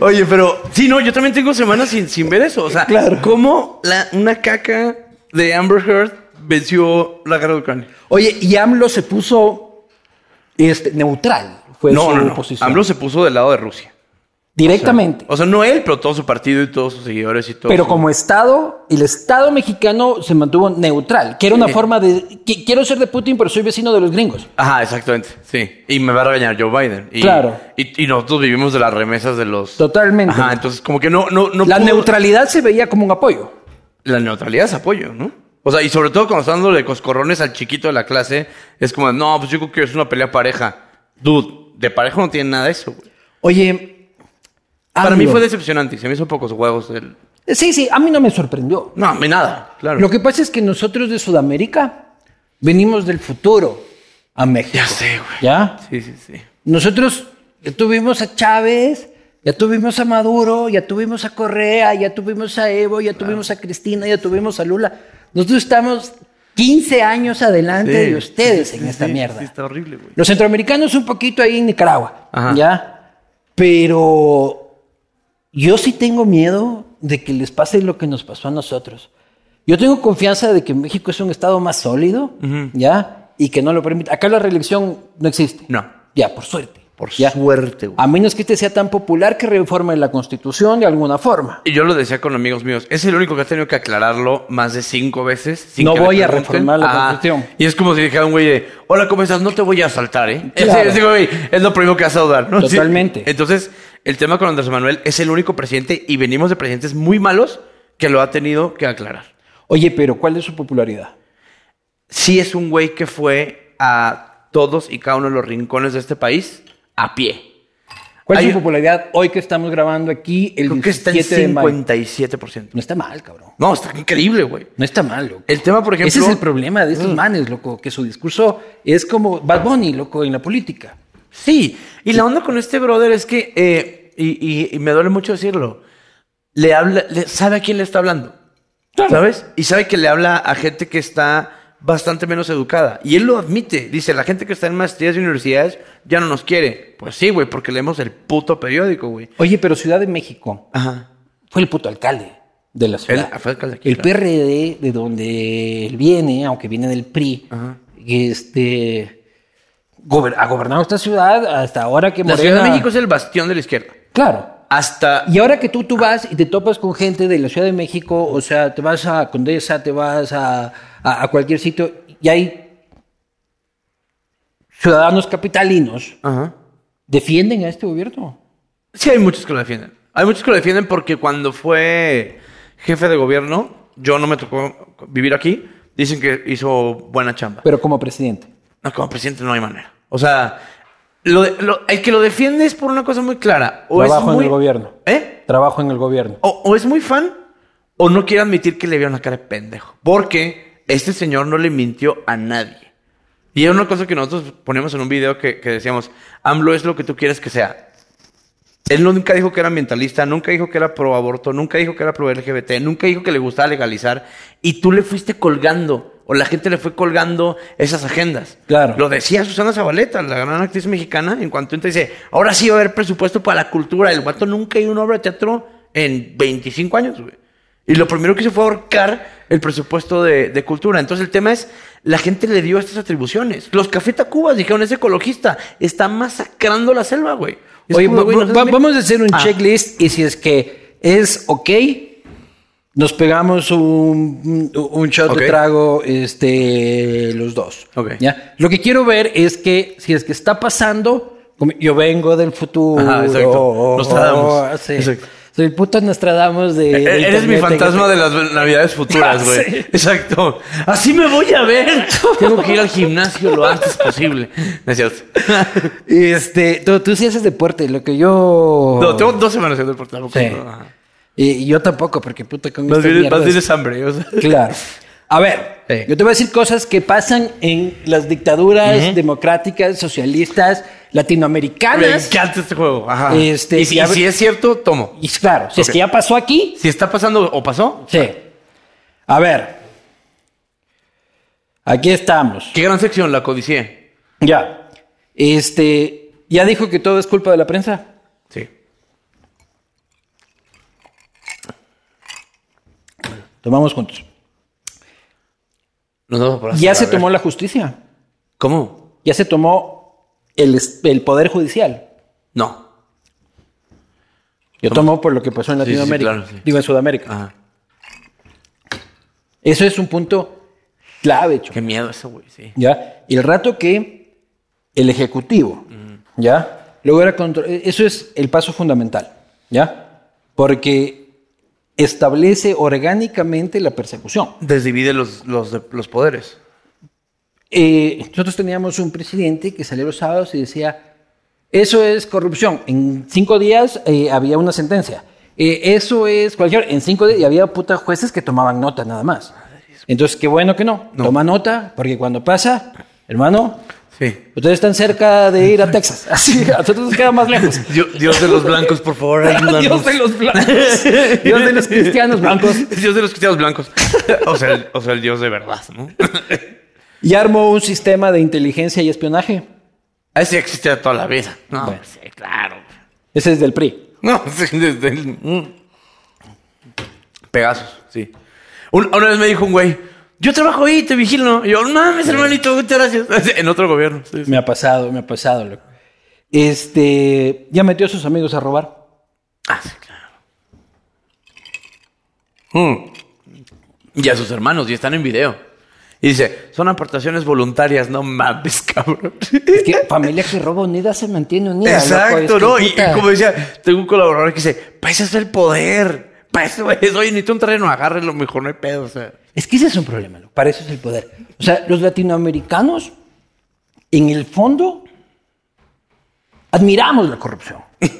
Oye, pero sí, no, yo también tengo semanas sin, sin ver eso. O sea,
Claro.
¿cómo la, una caca de Amber Heard venció la guerra de Ucrania?
Oye, y AMLO se puso este, neutral, fue
no,
su
no, no.
posición.
AMLO se puso del lado de Rusia.
Directamente.
O sea, no él, pero todo su partido y todos sus seguidores y todo.
Pero
su-
como Estado, el Estado mexicano se mantuvo neutral, que era una
Sí.
forma de... qui- Quiero ser de Putin, pero soy vecino de los gringos.
Ajá, exactamente. Sí. Y me va a regañar Joe Biden. Y,
Claro.
Y, y nosotros vivimos de las remesas de los.
Totalmente.
Ajá, entonces como que no, no, no.
La
pudo-
neutralidad se veía como un apoyo.
La neutralidad es apoyo, ¿no? O sea, y sobre todo cuando están dándole coscorrones al chiquito de la clase, es como, no, pues yo creo que es una pelea pareja. Dude, de pareja no tiene nada de eso, güey.
Oye,
Para
AMLO-
mí fue decepcionante, se me hizo pocos huevos el.
Sí, sí, a mí no me sorprendió.
No, a mí nada, claro.
Lo que pasa es que nosotros de Sudamérica venimos del futuro a México.
Ya sé, güey.
¿Ya?
Sí, sí, sí.
Nosotros ya tuvimos a Chávez, ya tuvimos a Maduro, ya tuvimos a Correa, ya tuvimos a Evo, ya tuvimos a Cristina, ya tuvimos a Lula. Nosotros estamos 15 años adelante
Sí.
de ustedes en
Sí,
esta
sí,
mierda.
Sí, está horrible, güey.
Los centroamericanos un poquito ahí en Nicaragua,
Ajá.
¿ya? Pero yo sí tengo miedo de que les pase lo que nos pasó a nosotros. Yo tengo confianza de que México es un estado más sólido, ¿ya? Y que no lo permite. Acá la reelección no existe.
No.
Ya, por suerte.
Por
¿ya?
suerte, güey.
A menos que este sea tan popular que reforme la constitución de alguna forma.
Y yo lo decía con amigos míos, es el único que ha tenido que aclararlo más de cinco veces. sin
No
que le
voy a
pregunten. Ah,
reformar la Constitución.
Y es como si dijera un güey de, hola, ¿cómo estás? No te voy a asaltar, ¿eh? Ese-
Claro.
ese güey es lo primero que vas a dudar, ¿no? Sí.
Totalmente.
Entonces, el tema con Andrés Manuel es el único presidente y venimos de presidentes muy malos que lo ha tenido que aclarar.
Oye, pero ¿cuál es su popularidad?
Sí es un güey que fue a todos y cada uno de los rincones de este país a pie.
¿Cuál
Hay-
es su popularidad hoy que estamos grabando aquí el
Creo que está en
17 de mayo?
57%.
No está mal, cabrón.
No, está increíble, güey.
No está mal, loco.
El tema, por ejemplo... mm.
Ese es el problema de estos manes, loco, que su discurso es como Bad Bunny, loco, en la política.
Sí, y la onda con este brother es que, eh, y, y- y me duele mucho decirlo, le habla, le- sabe a quién le está hablando, ¿sabes? Y sabe que le habla a gente que está bastante menos educada. Y él lo admite, dice, la gente que está en maestrías y universidades ya no nos quiere. Pues sí, güey, porque leemos el puto periódico, güey.
Oye, pero Ciudad de México
Ajá.
fue el puto alcalde de la ciudad.
Él ah, fue alcalde aquí,
el
claro.
PRD, de donde él viene, aunque viene del PRI,
Ajá.
este, gober- ha gobernado esta ciudad hasta ahora que
La
Morena...
Ciudad de México es el bastión de la izquierda.
Claro.
hasta.
Y ahora que tú, tú vas y te topas con gente de la Ciudad de México, o sea, te vas a Condesa, te vas a, a- a cualquier sitio y hay ciudadanos capitalinos
Ajá.
defienden a este gobierno.
Sí, hay muchos que lo defienden. Hay muchos que lo defienden porque cuando fue jefe de gobierno, yo no me tocó vivir aquí. Dicen que hizo buena chamba.
Pero como presidente.
No, como presidente no hay manera. O sea, lo de- lo- el que lo defiende es por una cosa muy clara. O
Trabajo
es
en
muy,
el gobierno.
¿Eh?
Trabajo en el gobierno.
O, o es muy fan o no quiere admitir que le vieron la cara de pendejo. Porque este señor no le mintió a nadie. Y es una cosa que nosotros ponemos en un video que, que decíamos, AMLO es lo que tú quieres que sea. Él nunca dijo que era ambientalista, nunca dijo que era pro aborto, nunca dijo que era pro LGBT, nunca dijo que le gustaba legalizar. Y tú le fuiste colgando, o la gente le fue colgando esas agendas.
Claro.
Lo decía Susana Zabaleta, la gran actriz mexicana, en cuanto entra y dice, ahora sí va a haber presupuesto para la cultura. El guato nunca hizo una obra de teatro en 25 años, güey. Y lo primero que hizo fue ahorcar el presupuesto de, de cultura. Entonces el tema es, la gente le dio estas atribuciones. Los Café Tacubas dijeron, es ecologista, está masacrando la selva, güey. Es
Oye,
como,
va-
güey,
va-
no seas
va-
mi-
vamos a hacer un
Ah.
checklist y si es que es ok, nos pegamos un, un shot
Ok.
de trago este, los dos.
Ok.
¿ya? Lo que quiero ver es que si es que está pasando, como yo vengo del futuro.
Ajá, exacto. Nostradamus.
sí.
Exacto.
Soy el puto Nostradamus de... de
E- Eres mi
internet.
fantasma de las navidades futuras, güey.
Sí.
Exacto. Así me voy a ver. Tengo que ir al gimnasio lo antes posible. No es cierto.
Este, tú, tú sí haces deporte, lo que yo...
No, tengo dos semanas haciendo deporte. tampoco.
Oh. Sí.
Ajá.
Y, y yo tampoco, porque puta con
Más
estas
bien, más
mierdas.
bien Ah. es hambre. o sea.
Claro. A ver,
Sí.
yo te voy a decir cosas que pasan en las dictaduras democráticas, socialistas,
Me
latinoamericanas.
encanta este juego. Ajá.
Este,
y si,
y a
y si
ver-
es cierto, tomo.
Y claro, si es
Ok.
que ya pasó aquí,
Si está pasando o pasó,
sí. A ver. Aquí estamos.
qué gran sección, la codicié.
Ya. Este, ya dijo que todo es culpa de la prensa.
Sí.
Tomamos juntos.
Nos vamos por
Ya se tomó la justicia.
¿Cómo?
Ya se tomó el, es- el poder judicial.
No.
Yo tomo por lo que pasó en
Sí, sí, sí,
Latinoamérica.
claro, sí.
Digo, en Sudamérica.
Ajá.
Eso es un punto clave, Cho.
Qué miedo eso, güey. Sí.
¿Ya? Y el rato que el Ejecutivo, ¿ya? Logra contro- e-, Eso es el paso fundamental, ¿ya? Porque establece orgánicamente la persecución.
Desdivide los, los, de- los poderes.
Eh, nosotros teníamos un presidente que salía los sábados y decía, eso es corrupción. En cinco días eh, había una sentencia. Eh, eso es cualquier... En cinco días y había puta jueces que tomaban nota nada más. Entonces, qué bueno que no.
No.
Toma nota, porque cuando pasa, hermano,
Sí.
ustedes están cerca de ir a Texas. Así, a nosotros nos queda más lejos.
Dios, Dios de los blancos, por favor, ayúdanos.
Dios de los blancos. Dios de los cristianos blancos.
Dios de los cristianos blancos. O sea, el, o sea, el Dios de verdad, ¿no?
Y armó un sistema de inteligencia y espionaje.
A ese existía toda la vida. No,
Bueno.
sí, claro.
Ese es del PRI.
No, sí, desde el... mm. Pegasos, sí. Un- una vez me dijo un güey, yo trabajo ahí, te vigilo. Y yo, no mames, hermanito, muchas gracias. En otro gobierno. sí, sí.
Me ha pasado, me ha pasado, loco. Este, ya metió a sus amigos a robar.
Ah, sí, claro. Mm. Y a sus hermanos, y están en video. Y dice, son aportaciones voluntarias, no mames, cabrón.
Es que familia que roba unida se mantiene unida. loco. Es
Exacto,
que
¿no? Y,
puta.
y como decía, tengo un colaborador que dice, para eso es el poder. Para eso es, oye, necesito un terreno, agárrenlo, mejor no hay pedo. O sea.
Es que ese es un problema, loco. para eso es el poder. O sea, los latinoamericanos, en el fondo, admiramos la corrupción.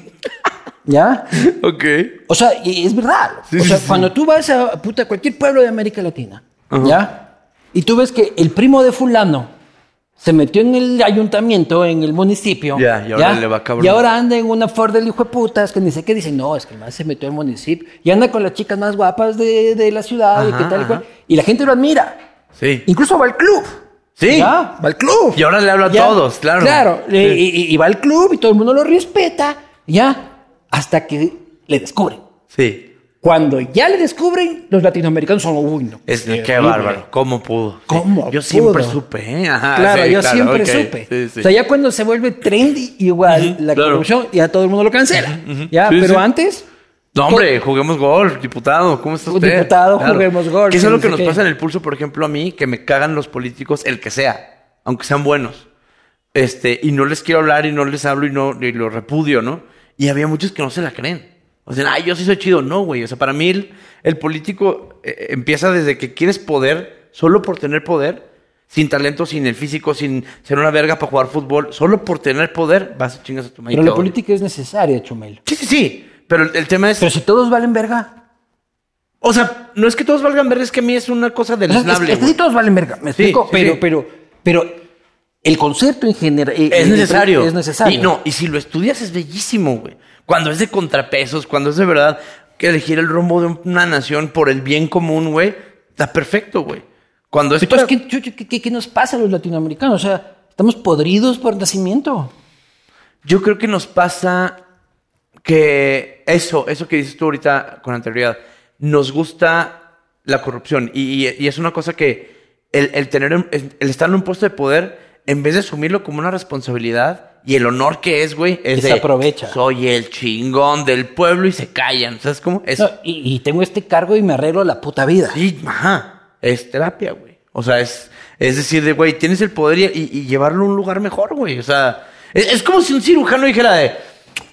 ¿Ya?
Ok.
O sea, y es verdad. loco.
Sí,
o
sí,
sea,
sí.
cuando tú vas a puta, cualquier pueblo de América Latina, ¿ya? Y tú ves que el primo de fulano se metió en el ayuntamiento, en el municipio.
Ya, y ahora le va cabrón.
Y ahora anda en una Ford del hijo de putas que ni sé qué dicen, no, es que el más se metió al municipio. Y anda con las chicas más guapas de, de la ciudad y
Ajá,
qué tal y cual.
ajá.
Y la gente lo admira.
Sí.
Incluso va al club.
Sí.
¿Ya? Va al club.
Y ahora le hablo a
Ya.
todos, claro.
Claro,
Sí.
eh, y, y- y va al club y todo el mundo lo respeta, ya, hasta que le descubren.
Sí.
Cuando ya le descubren, los latinoamericanos son, uy, no.
Es,
qué
qué
horrible".
bárbaro. ¿Cómo pudo?
¿Cómo
Yo siempre
pudo?
supe, ¿eh? Ajá,
Ah, Claro,
sí,
yo siempre
ok.
supe.
Sí, sí.
O sea, ya cuando se vuelve trendy, igual la
claro.
corrupción, ya todo el mundo lo cancela. ya,
Sí, sí.
pero antes,
No, hombre, juguemos golf, diputado. ¿Cómo está usted?
Diputado, juguemos golf,
Que eso es
no
lo que
sé
nos
qué.
pasa en el pulso, por ejemplo, a mí, que me cagan los políticos, el que sea, aunque sean buenos. Este, y no les quiero hablar y no les hablo y no y lo repudio, ¿no? Y había muchos que no se la creen. O sea, ay, yo sí soy chido. No, güey. O sea, para mí el, el político eh, empieza desde que quieres poder, solo por tener poder, sin talento, sin el físico, sin ser una verga para jugar fútbol, solo por tener poder, vas a chingas a tu madre.
pero
y
la
te odio.
política es necesaria, Chumel.
Sí, sí, sí. Pero el, el tema es.
Pero si todos valen verga.
O sea, no es que todos valgan verga, es que a mí es una cosa
O sea, es-
deleznable.
es que
güey.
sí todos valen verga, me
Sí,
explico.
sí,
pero,
sí.
pero, pero el concepto en general
es necesario.
Es necesario.
Y no, y si lo estudias es bellísimo, güey. Cuando es de contrapesos, cuando es de verdad que elegir el rumbo de una nación por el bien común, güey, está perfecto, güey. Cuando es
Entonces,
para-
¿qué, chucho, qué- qué- qué nos pasa a los latinoamericanos? O sea, estamos podridos por nacimiento.
Yo creo que nos pasa que eso, eso que dices tú ahorita con anterioridad, nos gusta la corrupción. Y, y- y es una cosa que el, el tener, un- el estar en un puesto de poder, en vez de asumirlo como una responsabilidad y el honor que es, güey, es
Que se
de,
aprovecha.
Soy el chingón del pueblo y se callan. ¿Sabes cómo? Es,
No, y, y tengo este cargo y me arreglo la puta vida.
Sí, ajá. Es terapia, güey. O sea, es, es decir, de, güey, tienes el poder y, y- y llevarlo a un lugar mejor, güey. O sea, es, es como si un cirujano dijera de,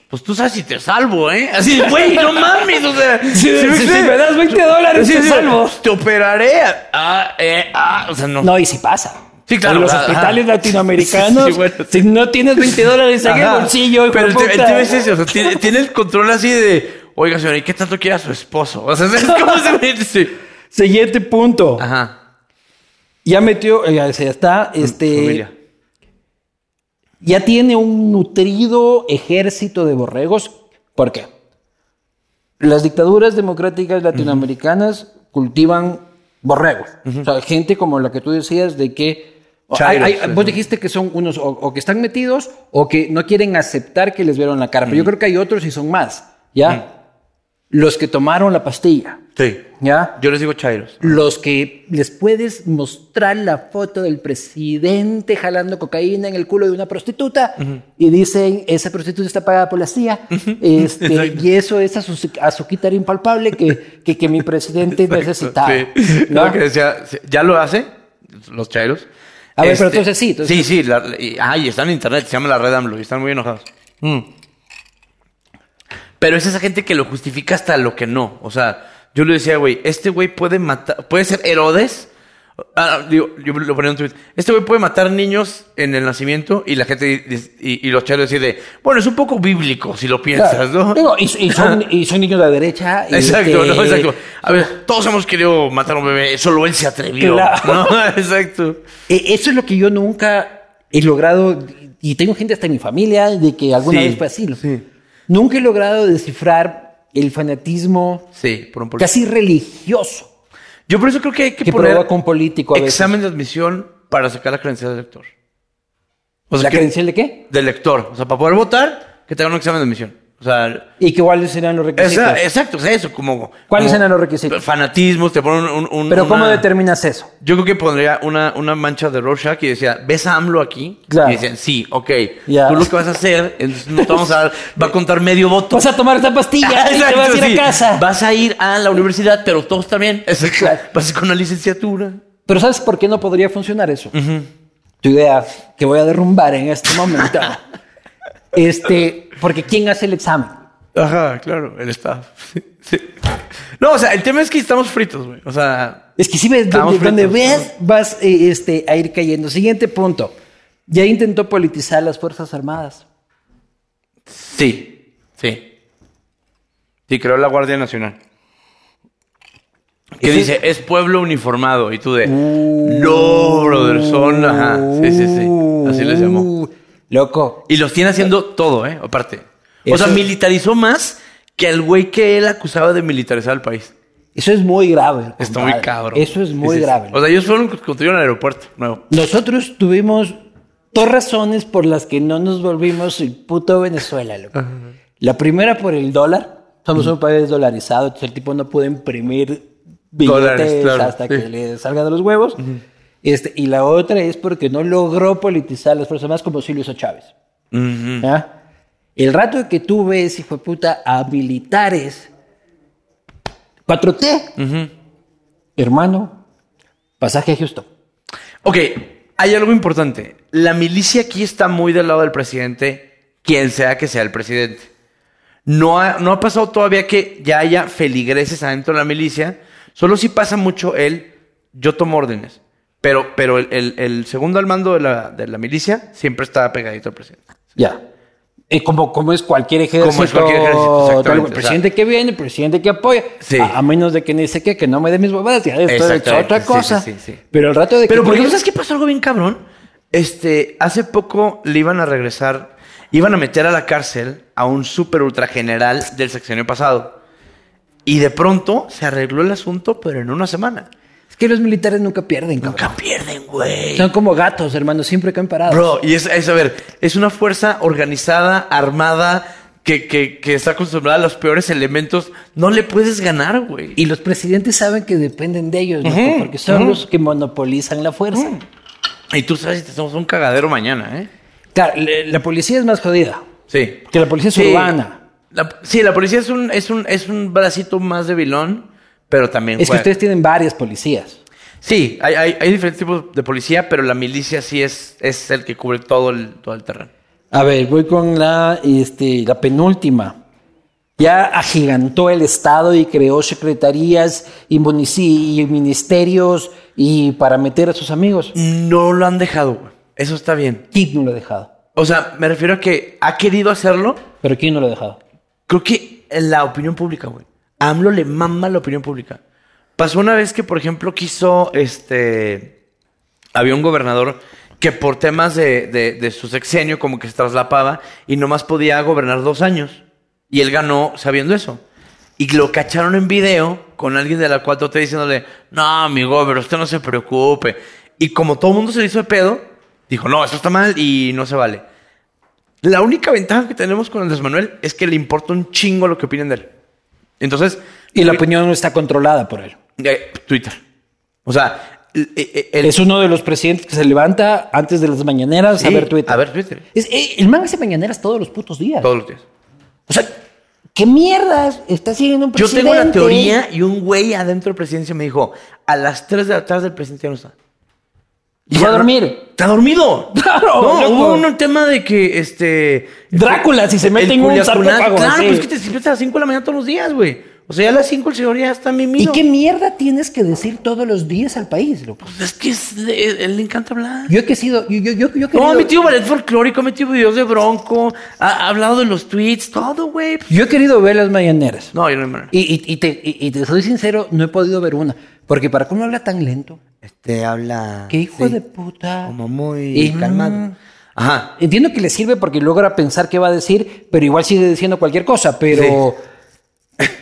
pues tú sabes si te salvo, ¿eh? Así, güey, no mames, o sea. ¿sí me
si
explico?
me das 20 dólares,
Sí,
te
sí, pues,
salvo.
Te operaré. Ah, eh, ah, o sea, no.
No, y si pasa.
Sí, claro,
En los
ajá.
hospitales latinoamericanos,
Sí, bueno, sí.
si no tienes 20 dólares en
Ajá.
el bolsillo, hijo
Pero
de
el, te- el
puta.
tema es ese, o sea, tiene, tiene el control así de, oiga, señora, ¿y qué tanto quiere a su esposo? O sea, es como se me dice.
Siguiente punto.
Ajá. Mm,
Ya metió, eh, ya ya está, este,
Familia.
ya tiene un nutrido ejército de borregos. ¿Por qué? Las dictaduras democráticas latinoamericanas cultivan borregos. O sea, gente como la que tú decías de que... o-
Chairos,
hay- hay-
sí,
vos
sí.
dijiste que son unos o, o que están metidos o que no quieren aceptar que les vieron la cara. Pero yo creo que hay otros y son más. ¿Ya? Los que tomaron la pastilla.
Sí.
¿Ya?
Yo les digo chairos.
los que les puedes mostrar la foto del presidente jalando cocaína en el culo de una prostituta y dicen esa prostituta está pagada por la CIA este, y eso es azu- azuquita era impalpable que, que, que mi presidente necesitaba.
Sí.
¿no?
Lo que decía, sí, ya lo hace, los chairos.
A ver, pero entonces sí, entonces-
Sí, sí. la- y, ah, y está en internet, se llama la red AMLO y están muy enojados. Mm. Pero es esa gente que lo justifica hasta lo que no. O sea, yo le decía, güey, este güey puede matar, puede ser Herodes. Ah, digo, yo lo ponía en un tweet. Este güey puede matar niños en el nacimiento y la gente dice- y, y los chairos deciden, bueno, es un poco bíblico si lo piensas,
Claro.
¿no?
Digo, y, y son, y son niños de la derecha. y
Exacto,
este,
¿no? Exacto. A ver, todos hemos querido matar a un bebé, solo él se atrevió.
Claro.
¿no? Exacto.
Eh, Eso es lo que yo nunca he logrado, y tengo gente hasta en mi familia de que alguna
Sí,
vez fue así. ¿no?
sí.
Nunca he logrado descifrar el fanatismo
Sí, por un poli-
casi religioso
Yo por eso creo que hay que
que
poner
provoca un político a veces.
examen de admisión para sacar la credencial del lector. O
¿La
que-
credencial de qué?
Del lector. O sea, para poder votar, que tengan un examen de admisión. O sea,
¿Y que cuáles serán los requisitos?
esa- exacto, o sea, eso, como.
¿Cuáles
como
eran los requisitos?
Fanatismos, te ponen un. un-
Pero ¿cómo
una-
determinas eso?
Yo creo que pondría una, una mancha de Rorschach y decía, ¿ves a AMLO aquí?
Claro.
Y decían, sí, ok.
Ya.
Tú lo que vas a hacer, entonces no te vamos a dar, va a contar medio voto.
Vas a tomar esta pastilla y te
Exacto,
vas a ir
sí.
a casa.
Vas a ir a la universidad, pero todos también. Exacto.
Claro.
Vas con una licenciatura.
Pero ¿sabes por qué no podría funcionar eso? Tu idea que voy a derrumbar en este momento. este, porque ¿quién hace el examen?
Ajá, claro, el staff. Sí, sí. No, o sea, el tema es que estamos fritos, güey. O sea,
Es que si ves,
Estamos
donde, donde
fritos.
ves, vas eh, este, a ir cayendo. Siguiente punto. Ya intentó politizar las Fuerzas Armadas.
sí, sí. Sí, creó la Guardia Nacional. Que
Ese-
dice, es Uh. pueblo uniformado. Y tú de, no, brother, son, ajá. Sí, sí, sí. Así les llamó.
Uh, Loco.
Y los tiene haciendo todo, ¿eh? Aparte. O
Eso-
sea, militarizó más que al güey que él acusaba de militarizar al país.
Eso es muy grave.
Está
compadre.
muy cabrón.
Eso es muy
Sí, sí, sí.
grave.
O sea, ellos fueron los que construyeron el aeropuerto nuevo.
Nosotros tuvimos dos razones por las que no nos volvimos el puto Venezuela, loco. La primera por el dólar. Somos un país dolarizado, entonces el tipo no puede imprimir billetes
Dólares, claro,
hasta
sí.
que le salgan de los huevos. este, y la otra es porque no logró politizar las fuerzas más como sí lo hizo Chávez.
Ujú.
¿ya? El rato que tú ves, hijo de puta, a militares 4T,
Ujú.
hermano, pasaje a Houston.
Ok, hay algo importante. La milicia aquí está muy del lado del presidente, quien sea que sea el presidente. No ha, no ha pasado todavía que ya haya feligreses adentro de la milicia. Solo si pasa mucho el yo tomo órdenes. Pero, pero el, el- el segundo al mando de la, de la milicia siempre está pegadito al presidente.
Ya. Eh, como, como es cualquier ejército.
Como es cualquier ejército, exactamente,
tal-
o sea.
presidente que viene, presidente que apoya.
Sí.
A, a menos de que ni sé qué, que no me dé mis huevadas. Ya, esto es
Exactamente,
otra
sí,
cosa.
sí, sí, sí.
Pero el rato de
Pero
que.
por ejemplo, ¿sabes qué pasó algo bien cabrón? Este, hace poco le iban a regresar, iban a meter a la cárcel a un super ultra general del sexenio pasado. Y de pronto se arregló el asunto, pero en una semana.
Es que los militares nunca pierden, cabrón.
Nunca pierden, güey.
Son como gatos, hermano, siempre caen parados.
Bro, y es, es, a ver, es una fuerza organizada, armada, que, que, que está acostumbrada a los peores elementos. No le puedes ganar, güey.
Y los presidentes saben que dependen de ellos, ¿no?
Ujú,
porque son
ujú.
los que monopolizan la fuerza.
Y tú sabes si te somos un cagadero mañana, ¿eh?
Claro, le- la policía es más jodida.
Sí.
Que la policía es
Sí.
urbana.
La- sí, la policía es un, es un, es un bracito más de vilón, pero también.
Es que
juega.
ustedes tienen varias policías.
Sí, hay, hay, hay diferentes tipos de policía, pero la milicia sí es, es el que cubre todo el, todo el terreno.
A ver, voy con la, este, la penúltima. Ya agigantó el Estado y creó secretarías y, munici- y ministerios y para meter a sus amigos.
No lo han dejado, güey. Eso está bien.
¿Quién no lo ha dejado?
O sea, me refiero a que ha querido hacerlo.
¿Pero quién no lo ha dejado?
Creo que en la opinión pública, güey. A AMLO le mama la opinión pública. Pasó una vez que, por ejemplo, quiso, este, había un gobernador que por temas de, de- de su sexenio como que se traslapaba y nomás podía gobernar dos años. Y él ganó sabiendo eso. Y lo cacharon en video con alguien de la 4T diciéndole, no, amigo, pero usted no se preocupe. Y como todo el mundo se le hizo de pedo, dijo, no, eso está mal y no se vale. La única ventaja que tenemos con Andrés Manuel es que le importa un chingo lo que opinen de él. Entonces,
Y la opinión no está controlada por él.
eh, Twitter. O sea, el, el- el-
Es uno de los presidentes que se levanta antes de las mañaneras a
Sí,
ver Twitter.
a ver Twitter.
Es- eh, el man hace mañaneras todos los putos días.
todos los días.
O sea, ¿qué mierdas está siguiendo un
Yo
presidente?
tengo la teoría y un güey adentro de presidencia me dijo, a las 3 de la tarde el presidente ya no está.
Y va a
ya no-
dormir.
¿Está dormido?
Claro,
No,
loco.
hubo un tema de que, este...
Drácula, si se
el
mete en un
culiacanazo-
sarcófago,
Claro,
sí.
pues que te despiertas a las 5 de la mañana todos los días, güey. O sea, ya a las 5 el señor ya está
¿Y
mimido.
qué mierda tienes que decir todos los días al país, loco?
Pues es que es- le- él le encanta hablar.
Yo que he sido, yo, yo, yo, yo he
No,
querido-
ha metido ballet folclórico, ha metido videos de Bronco, ha, ha hablado de los tweets, todo, güey.
yo he querido ver las mañaneras.
No, yo no hay manera.
Y, y- y te, y- y te soy sincero, no he podido ver una. Porque para cómo habla tan lento.
Este habla.
Qué hijo
sí,
de puta.
Como muy
Y- mm,
calmado. Ajá.
Entiendo que le sirve porque logra pensar qué va a decir, pero igual sigue diciendo cualquier cosa, pero.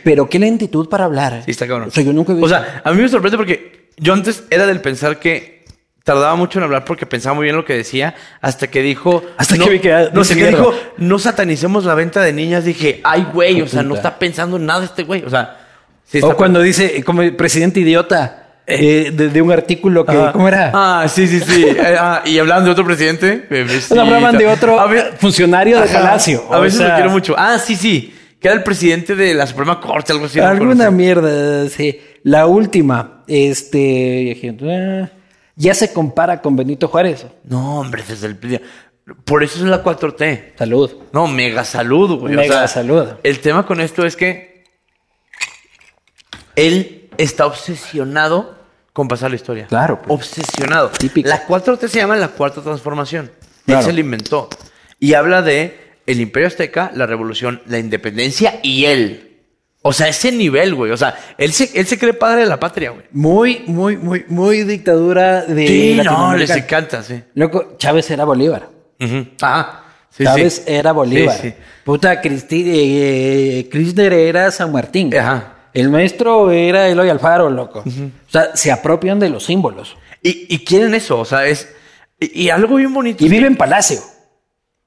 Pero qué lentitud para hablar.
Sí, está cabrón.
O sea, yo nunca he
O
visto-
sea, a mí me sorprende porque yo antes era del pensar que tardaba mucho en hablar porque pensaba muy bien lo que decía, hasta que dijo.
Hasta
no,
que vi que-
No sé qué
mierda.
dijo, no satanicemos la venta de niñas. Dije, ay, güey, o sea, no
Puta.
está pensando en nada este güey. O sea, sí
o
está-
cuando dice, eh, como el presidente idiota, eh, de, de un artículo que.
Ah,
¿Cómo era?
Ah, sí, sí, sí. Eh, ah, y hablaban de otro presidente. eh, sí,
No, hablaban de otro
A ver-
funcionario de
Ajá.
Palacio.
A
O
veces lo
sea,
quiero mucho. Ah, sí, sí. Que era el presidente de la Suprema Corte, algo así. no me acuerdo,
Alguna
sí.
mierda, sí. La última, este, eh, ya se compara con Benito Juárez.
No, hombre, desde el día. Por eso es la 4T.
Salud.
No, mega salud, güey.
Mega salud.
El tema con esto es que él está obsesionado con pasar la historia.
Claro, pues.
Obsesionado.
Típico.
La 4T se llama la cuarta transformación.
Claro.
Él se la inventó. Y habla de el imperio azteca, la revolución, la independencia y él. O sea, ese nivel, güey. O sea, él se, él se cree padre de la patria, güey.
Muy, muy, muy, muy dictadura de.
Sí, no,
Latinoamérica.
les encanta, sí.
Loco, Chávez era Bolívar.
Ujú. Ah, sí,
Chávez
sí.
era Bolívar.
Sí, sí.
Puta, Cristi, eh, eh, Kirchner era San Martín.
Ajá.
El maestro era Eloy Alfaro, loco. O sea, se apropian de los símbolos.
Y, y quieren eso, o sea, es... Y, y algo bien bonito.
Y vive en Palacio.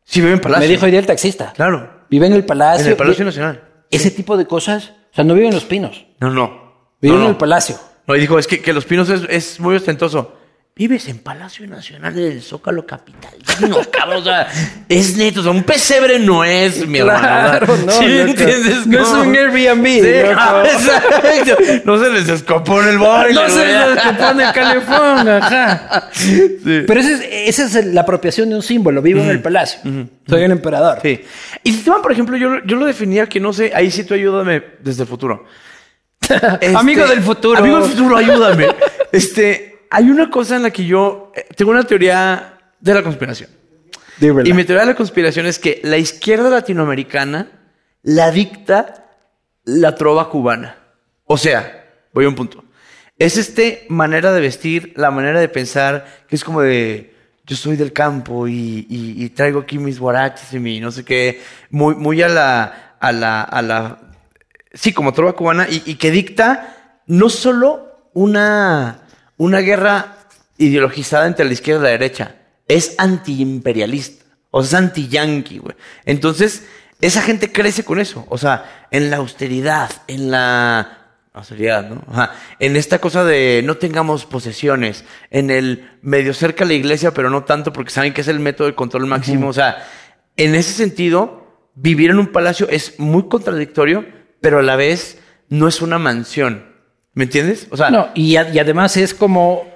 Sí, viven palacio.
Me dijo hoy día el taxista.
Claro.
Vive en el Palacio.
En el Palacio
Vi-
Nacional.
Ese tipo de cosas, o sea, no viven en los pinos,
No, no.
viven
No, no.
en el palacio.
No, y dijo, es que, que Los Pinos es, es muy ostentoso.
Vives en Palacio Nacional del Zócalo Capital. No, cabrón, o sea, es neto, o sea, un pesebre no es, mi hermano.
Claro,
o sea,
no,
¿sí me
loco.
entiendes?
No es
Como-
un Airbnb,
Sí,
loco.
ah, exacto. No se les descompone el boiler.
No sé,
güey.
lo que pone calefón, ajá.
Pero esa es, esa es la apropiación de un símbolo, vivo en el palacio. Soy el emperador.
Sí. Y si te van, por ejemplo, yo, yo lo definía que no sé, ahí sí tú ayúdame desde el futuro. Este,
Amigo del futuro.
Amigo del futuro, ayúdame. este, hay una cosa en la que yo eh, tengo una teoría de la conspiración.
Dímela.
Y mi teoría de la conspiración es que la izquierda latinoamericana la dicta la trova cubana. O sea, voy a un punto. Es este manera de vestir, la manera de pensar, que es como de yo soy del campo y, y- y traigo aquí mis guaraches y mi no sé qué, muy, muy a la, a la, a la, sí, como trova cubana y, y que dicta no solo una, una guerra ideologizada entre la izquierda y la derecha, es antiimperialista, o sea, es anti-yanqui, güey. Entonces, esa gente crece con eso, o sea, en la austeridad, en la austeridad, ¿no? Ajá. En esta cosa de no tengamos posesiones, en el medio cerca a la iglesia, pero no tanto porque saben que es el método de control máximo, o sea, en ese sentido, vivir en un palacio es muy contradictorio, pero a la vez no es una mansión. ¿Me entiendes? O sea,
No, y, a- y además es como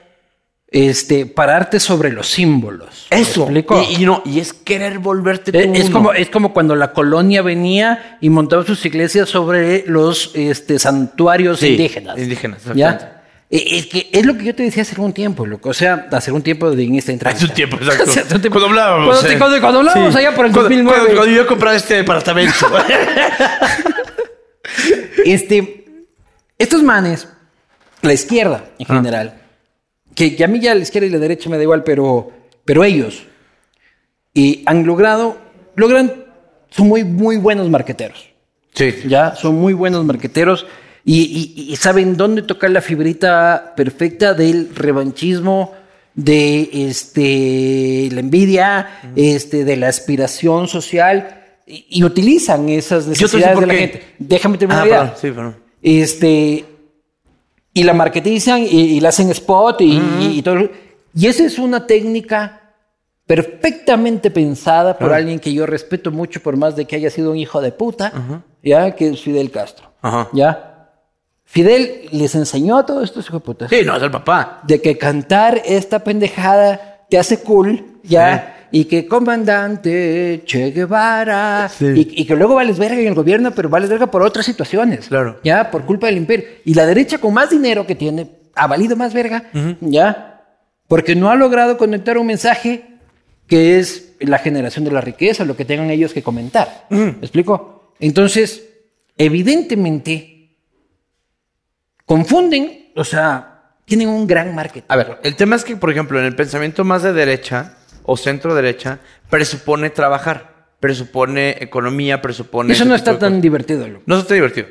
este, pararte sobre los símbolos. ¿Me
eso.
explico?
Y, y no, y es querer volverte tú
Eh, es,
uno.
como, es como cuando la colonia venía y montaba sus iglesias sobre los este, santuarios
Sí,
indígenas.
indígenas, exactamente.
¿ya? Eh, Es, que es lo que yo te decía hace algún tiempo, loco. O sea, hace un tiempo de en esta entrevista.
Hace un tiempo, exacto.
Hace un tiempo.
Cuando hablábamos. eh.
Cuando te- cuando- cuando hablábamos allá por el
Cuando-
2009.
Cuando, cuando yo compraba este departamento.
Este, estos manes, la izquierda en general, que, que a mí ya la izquierda y la derecha me da igual, pero, pero ellos y han logrado, logran, son muy, muy buenos marqueteros.
sí.
Ya, son muy buenos marqueteros y, y- y saben dónde tocar la fibrita perfecta del revanchismo, de este, la envidia, este, de la aspiración social y, y utilizan esas
te voy a decir
necesidades de
por
la
qué.
gente. Déjame terminar.
Ah,
la idea.
perdón, sí, perdón.
Este, y la marketizan y, y la hacen spot y, y- y todo. Y esa es una técnica perfectamente pensada por alguien que yo respeto mucho, por más de que haya sido un hijo de puta, ya, que es Fidel Castro.
Ajá.
Ya. Fidel les enseñó a todos estos hijos de putas
Sí, no, es el papá.
de que cantar esta pendejada te hace cool, ya. Y que comandante Che Guevara. Y, y que luego vales verga en el gobierno, pero vales verga por otras situaciones.
Claro.
Ya, por culpa del imperio. Y la derecha con más dinero que tiene, ha valido más verga, ya. Porque no ha logrado conectar un mensaje que es la generación de la riqueza, lo que tengan ellos que comentar. ¿Me explico? Entonces, evidentemente, confunden, o sea, tienen un gran marketing.
A ver, el tema es que, por ejemplo, en el pensamiento más de derecha o centro derecha, presupone trabajar, presupone economía, presupone.
Eso
ese
no
tipo
está
de cosas.
tan divertido, loco.
No está divertido.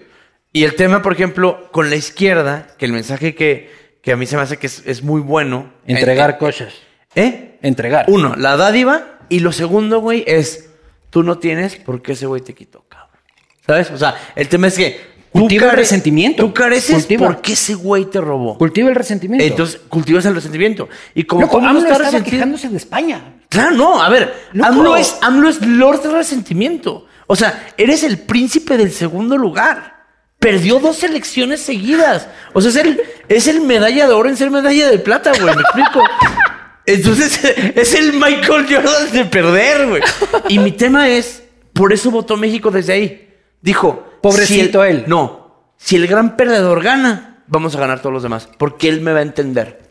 Y el tema, por ejemplo, con la izquierda, que el mensaje que, que a mí se me hace que es, es muy bueno.
Entregar
Eh,
cosas.
¿Eh?
Entregar.
Uno, la dádiva. Y lo segundo, güey, es tú no tienes porque ese güey te quitó, cabrón. ¿Sabes? O sea, el tema es que. tú
Cultiva el
care-
resentimiento.
Tú careces
Cultiva.
porque ese güey te robó.
Cultiva el resentimiento.
Entonces, cultivas el resentimiento. Y como
loco,
todo
AMLO
está
estaba
resentido-
quejándose de España.
Claro, no, a ver,
Loco.
AMLO es, AMLO es Lord del Resentimiento. O sea, eres el príncipe del segundo lugar. Perdió dos elecciones seguidas. O sea, es el, es el medalla de oro en ser medalla de plata, güey. Me explico. Entonces, es el Michael Jordan de perder, güey. Y mi tema es, por eso votó México desde ahí. Dijo,
Pobrecito
si el-
él.
No, si el gran perdedor gana, vamos a ganar todos los demás, porque él me va a entender.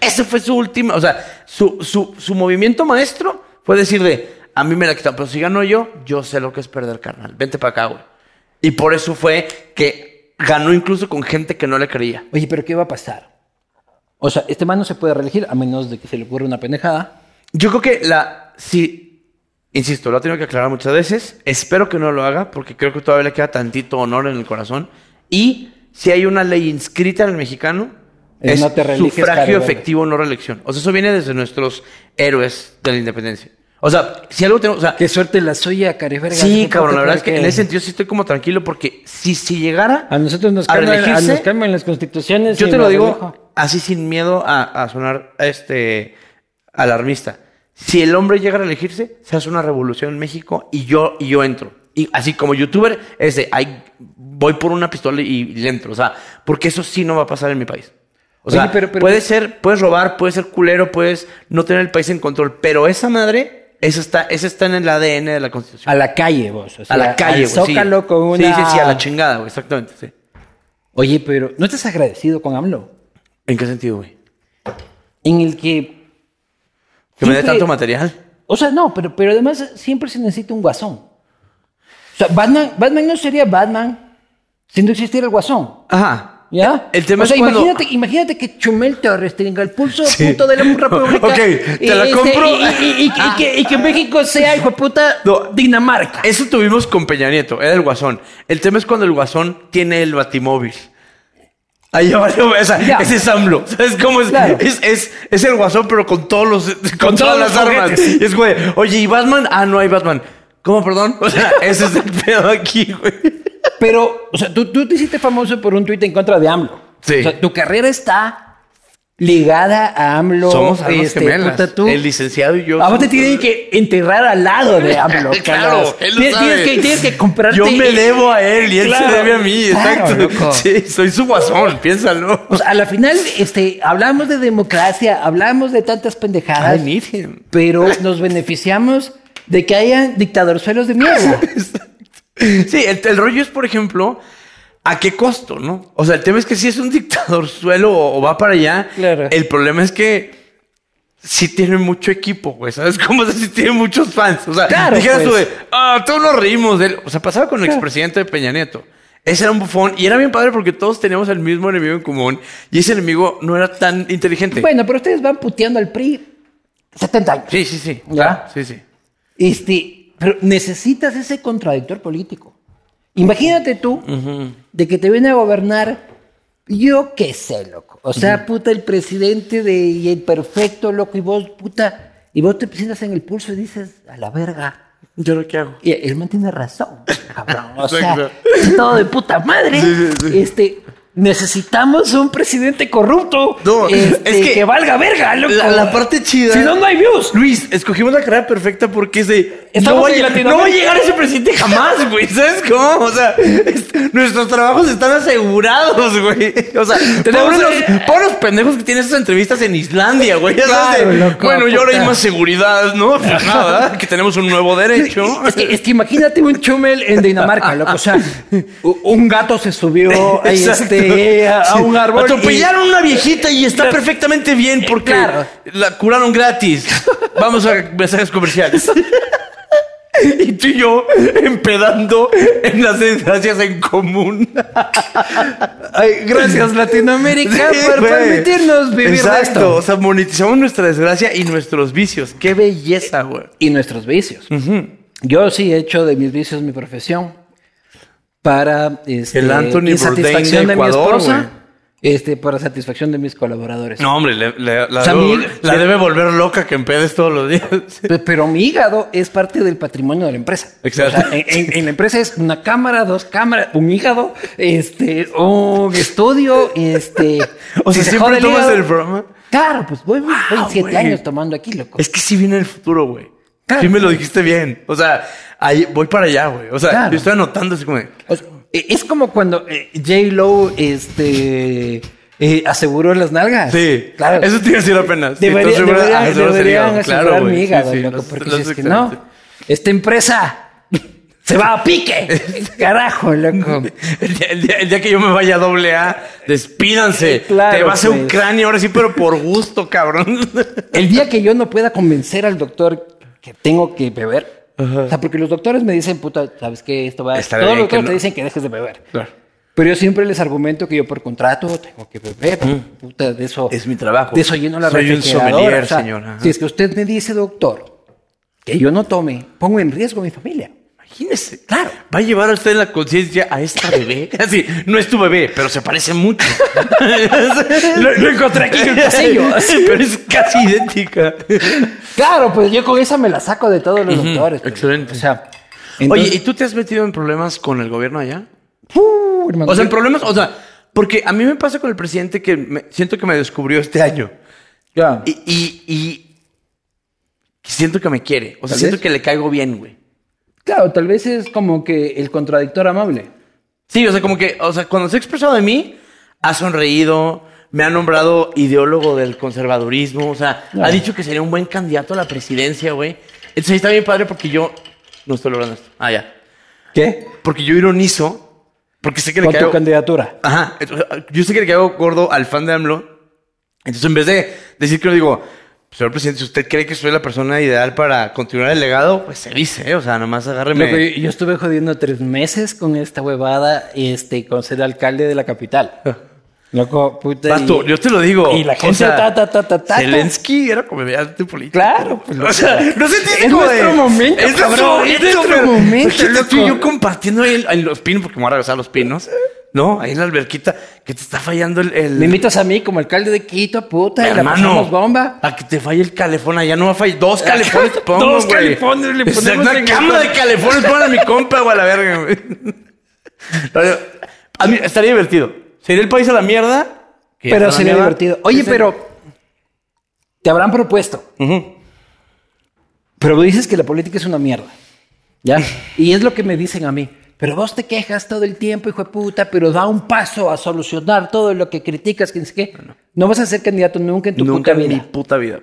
Ese fue su última, o sea, su, su, su movimiento maestro fue decir de, a mí me la quitan, pero si gano yo, yo sé lo que es perder, carnal. Vente para acá, güey. Y por eso fue que ganó incluso con gente que no le creía.
Oye, pero ¿qué va a pasar? O sea, este man no se puede reelegir a menos de que se le ocurra una pendejada.
Yo creo que la, si, insisto, lo ha tenido que aclarar muchas veces, espero que no lo haga, porque creo que todavía le queda tantito honor en el corazón. Y si hay una ley inscrita en el mexicano,
El
es
no te reeliges,
sufragio
Carlos.
efectivo, no reelección. O sea, eso viene desde nuestros héroes de la independencia. O sea, si algo tenemos. O sea,
Qué suerte la suya, careverga.
sí, cabrón, la verdad es que en ese sentido sí estoy como tranquilo porque si, si llegara.
A nosotros nos
a
cambian, a
elegirse,
nos cambian las constituciones.
Yo
y
te lo
nos
digo
dejo.
así sin miedo a, a sonar este alarmista. Si el hombre llega a elegirse, se hace una revolución en México y yo, y yo entro. Y así como youtuber, es de ahí voy por una pistola y, y le entro. O sea, porque eso sí no va a pasar en mi país. O
Oye,
sea,
pero- pero-
puedes ser, puedes robar, puedes ser culero, puedes no tener el país en control, pero esa madre, esa está, esa está en el ADN de la constitución.
A la calle, vos. o sea,
A la calle,
Ah, al
güey. sí.
Zócalo con una.
Sí, sí, sí, a la chingada, güey, exactamente. sí.
Oye, pero ¿no estás agradecido con AMLO?
¿En qué sentido, güey?
En el que.
Que me dé
Siempre-
tanto material.
O sea, no, pero, pero además siempre se necesita un guasón. O sea, Batman, Batman no sería Batman si no existiera el guasón.
Ajá.
¿Ya?
El tema
O sea,
es cuando-
imagínate, imagínate que Chumel Torres tenga el pulso
Sí.
puto de la república.
Ok, te la compro.
Y, y- y- y que- y que, y que México sea, hijo de puta,
No.
Dinamarca.
Eso tuvimos con Peña Nieto, era el guasón. El tema es cuando el guasón tiene el batimóvil. Ahí ya valió, o sea,
Ya.
ese es AMLO. ¿Sabes cómo es?
Claro.
Es, es, es el guasón, pero con todos los con, todas
todos los
las armas.
juguetes.
Y es güey, oye, ¿y Batman? Ah, no hay Batman. ¿Cómo, perdón? O sea, ese es el pedo aquí, güey.
Pero, o sea, tú, tú te hiciste famoso por un tuit en contra de AMLO.
Sí.
O sea, tu carrera está ligada a AMLO.
Somos almas
este,
gemelas.
puta, tú- Ah,
El licenciado y yo.
A vos te
somos-
tienen que enterrar al lado de AMLO.
Claro,
cagas.
él lo
tienes,
sabe.
tienes que, tienes que comprarte.
Yo me debo a él y él
Claro,
se debe a mí,
claro,
exacto.
loco.
Sí, soy su guasón, piénsalo.
O sea, a la final, este, hablamos de democracia, hablamos de tantas pendejadas.
I need him.
pero nos beneficiamos de que hayan dictadorzuelos de mierda.
Sí, el, el rollo es, por ejemplo, ¿a qué costo, no? O sea, el tema es que si es un dictador suelo o, o va para allá,
Claro.
el problema es que sí tiene mucho equipo, güey. ¿Sabes cómo? O sea, sí tiene muchos fans. O sea,
Claro,
dijeras tú
pues.
de, ah, todos nos reímos de él. O sea, pasaba con el expresidente de Peña Nieto. Ese era un bufón y era bien padre porque todos teníamos el mismo enemigo en común y ese enemigo no era tan inteligente.
Bueno, pero ustedes van puteando al PRI 70 años.
Sí, sí, sí.
Ya.
Sí, sí.
Este, pero necesitas ese contradictor político. Imagínate tú de que te viene a gobernar, yo qué sé, loco. O sea, puta, el presidente de y el perfecto, loco, y vos, puta, y vos te sientas en el pulso y dices, a la verga.
¿Yo lo que hago?
Y él mantiene razón, cabrón. O sea,
Exacto.
todo de puta madre. Este, necesitamos un presidente corrupto.
No,
este,
es que-
valga verga, loco.
La, la parte chida.
Si no, no hay views.
Luis, escogimos la carrera perfecta porque es de.
Estamos
no, va a
en
lle-
Latinoamérica.
no va a llegar ese presidente jamás, güey. ¿Sabes cómo? O sea, es- nuestros trabajos están asegurados, güey. O sea,
Tenemos
pobres
el-
los, pobres pendejos que tienen esas entrevistas en Islandia, güey. Ya sabes de,
Claro, loco,
bueno, y ahora hay
puta.
más seguridad, ¿no? Pues nada, que tenemos un nuevo derecho.
Es que, es que imagínate un chumel en Dinamarca, loco. O sea, u- un gato se subió ahí,
Exacto.
este, a, a un
Sí.
árbol. y- Eh,
Atropellaron a una viejita y está perfectamente bien porque
Claro.
la curaron gratis. Vamos a mensajes comerciales. Y tú y yo empedando en las desgracias en común.
Ay, gracias, Latinoamérica,
Sí,
por
güey.
permitirnos vivir de
Exacto.
esto.
O sea, monetizamos nuestra desgracia y nuestros vicios. Qué belleza, güey.
y nuestros vicios. Yo sí he hecho de mis vicios mi profesión para este,
El Anthony Bourdain de
insatisfacción de, mi
Ecuador,
esposa, este, para satisfacción de mis colaboradores.
No, hombre, le- le- la,
O sea,
debo-
mi-
la debe volver loca que empedes todos los días.
Pe- Pero mi hígado es parte del patrimonio de la empresa.
Exacto.
O sea, en, en- en la empresa es una cámara, dos cámaras, un hígado, este, un estudio, este.
O sea,
si se
siempre
jode
tomas
hígado-
el programa.
Claro, pues voy, voy siete
güey.
años tomando aquí, loco.
Es que sí viene el futuro, güey.
Claro.
Sí me lo dijiste bien. O sea, ahí voy para allá, güey. O sea,
Claro.
yo estoy anotando así como... de,
O sea, eh, es como cuando eh, J. Lo este, eh, aseguró las nalgas.
Sí,
claro.
Eso te iba a decir apenas. Sí,
Debería-
entonces, bueno,
debería-
ah, seguro sería,
deberían asegurar
claro, güey.
mi
Sí,
hígado,
sí,
loco,
los-
porque
los
si es que no,
excelentes.
esta empresa se va a pique. Carajo, loco.
El día, el día- el día que yo me vaya a doble A, despídanse.
Claro,
te vas a
pues.
Ucrania ahora sí, pero por gusto, cabrón.
El día que yo no pueda convencer al doctor que tengo que beber, o sea, porque los doctores me dicen, puta, ¿sabes qué? Esto va a...
Está
Todos los
bien que
doctores
no.
te dicen que dejes de beber.
Claro.
Pero yo siempre les argumento que yo por contrato tengo que beber. Puta, de eso...
Es mi trabajo.
De eso lleno la
Mm. Soy un
refrigeradora,
sommelier,
o sea,
señor, ajá.
Si es que usted me dice, doctor, que yo no tome, pongo en riesgo a mi familia.
Imagínese. Claro. Va a llevar a usted en la conciencia a esta bebé. Así, no es tu bebé, pero se parece mucho. lo, lo encontré aquí en el pasillo. pero es casi idéntica.
Claro, pues yo con esa me la saco de todos los doctores. pues.
excelente.
O sea,
Oye, ¿y tú te has metido en problemas con el gobierno allá?
¡puh, uh, hermano!
O sea, en problemas, o sea, porque a mí me pasa con el presidente que me- siento que me descubrió este año.
Ya.
Y, y- y siento que me quiere. O sea,
¿Tal
siento
vez?
que le caigo bien, güey.
Claro, tal vez es como que el contradictor amable.
Sí, o sea, como que, o sea, cuando se ha expresado de mí, ha sonreído, me ha nombrado ideólogo del conservadurismo, o sea, ha dicho que sería un buen candidato a la presidencia, güey. Entonces ahí está bien padre porque yo no estoy logrando esto. Ah, ya.
¿Qué?
Porque yo ironizo, porque sé que le
Con tu
caigo...
candidatura.
Ajá, entonces, yo sé que le caigo gordo al fan de AMLO. Entonces, en vez de decir que lo digo, señor presidente, si usted cree que soy la persona ideal para continuar el legado, pues se dice, ¿eh? o sea, nomás agárreme.
Loco,
Pero
yo, yo estuve jodiendo tres meses con esta huevada, este, con ser alcalde de la capital.
Ah.
Loco, puta. este, y-
yo te lo digo.
y la
o
gente
sea,
ta, ta, ta, ta, ta, ta.
Zelensky era comediante político.
Claro, pues,
O sea, no se entiende
Es
como
nuestro
de-
momento,
es nuestro
cabrón, es
momento,
nuestro
pero-
momento,
Oye, te estoy
loco.
yo compartiendo ahí en- en los pinos, porque me voy a regresar a los pinos. No, ahí en la alberquita, que te está fallando el. el-
Me invitas a mí como alcalde de Quito, puta, y la
Hermano,
pasamos bomba.
a que te falle el calefón allá, no va a fallar. Dos calefones te pongo,
Dos
güey.
calefones le
Exacto,
ponemos
Una
en el-
cama de calefones para mi compa, güey, a la verga, güey. No, yo- A mí estaría divertido. Sería el país a la mierda. que ya
Pero
está la
sería
mierda.
divertido. Oye,
Sí, sí.
pero te habrán propuesto. Pero dices que la política es una mierda. ¿Ya? y es lo que me dicen a mí. Pero vos te quejas todo el tiempo, hijo de puta, pero da un paso a solucionar todo lo que criticas, que no sé qué. No vas a ser candidato nunca en tu
Nunca
puta
en mi
vida.
puta vida.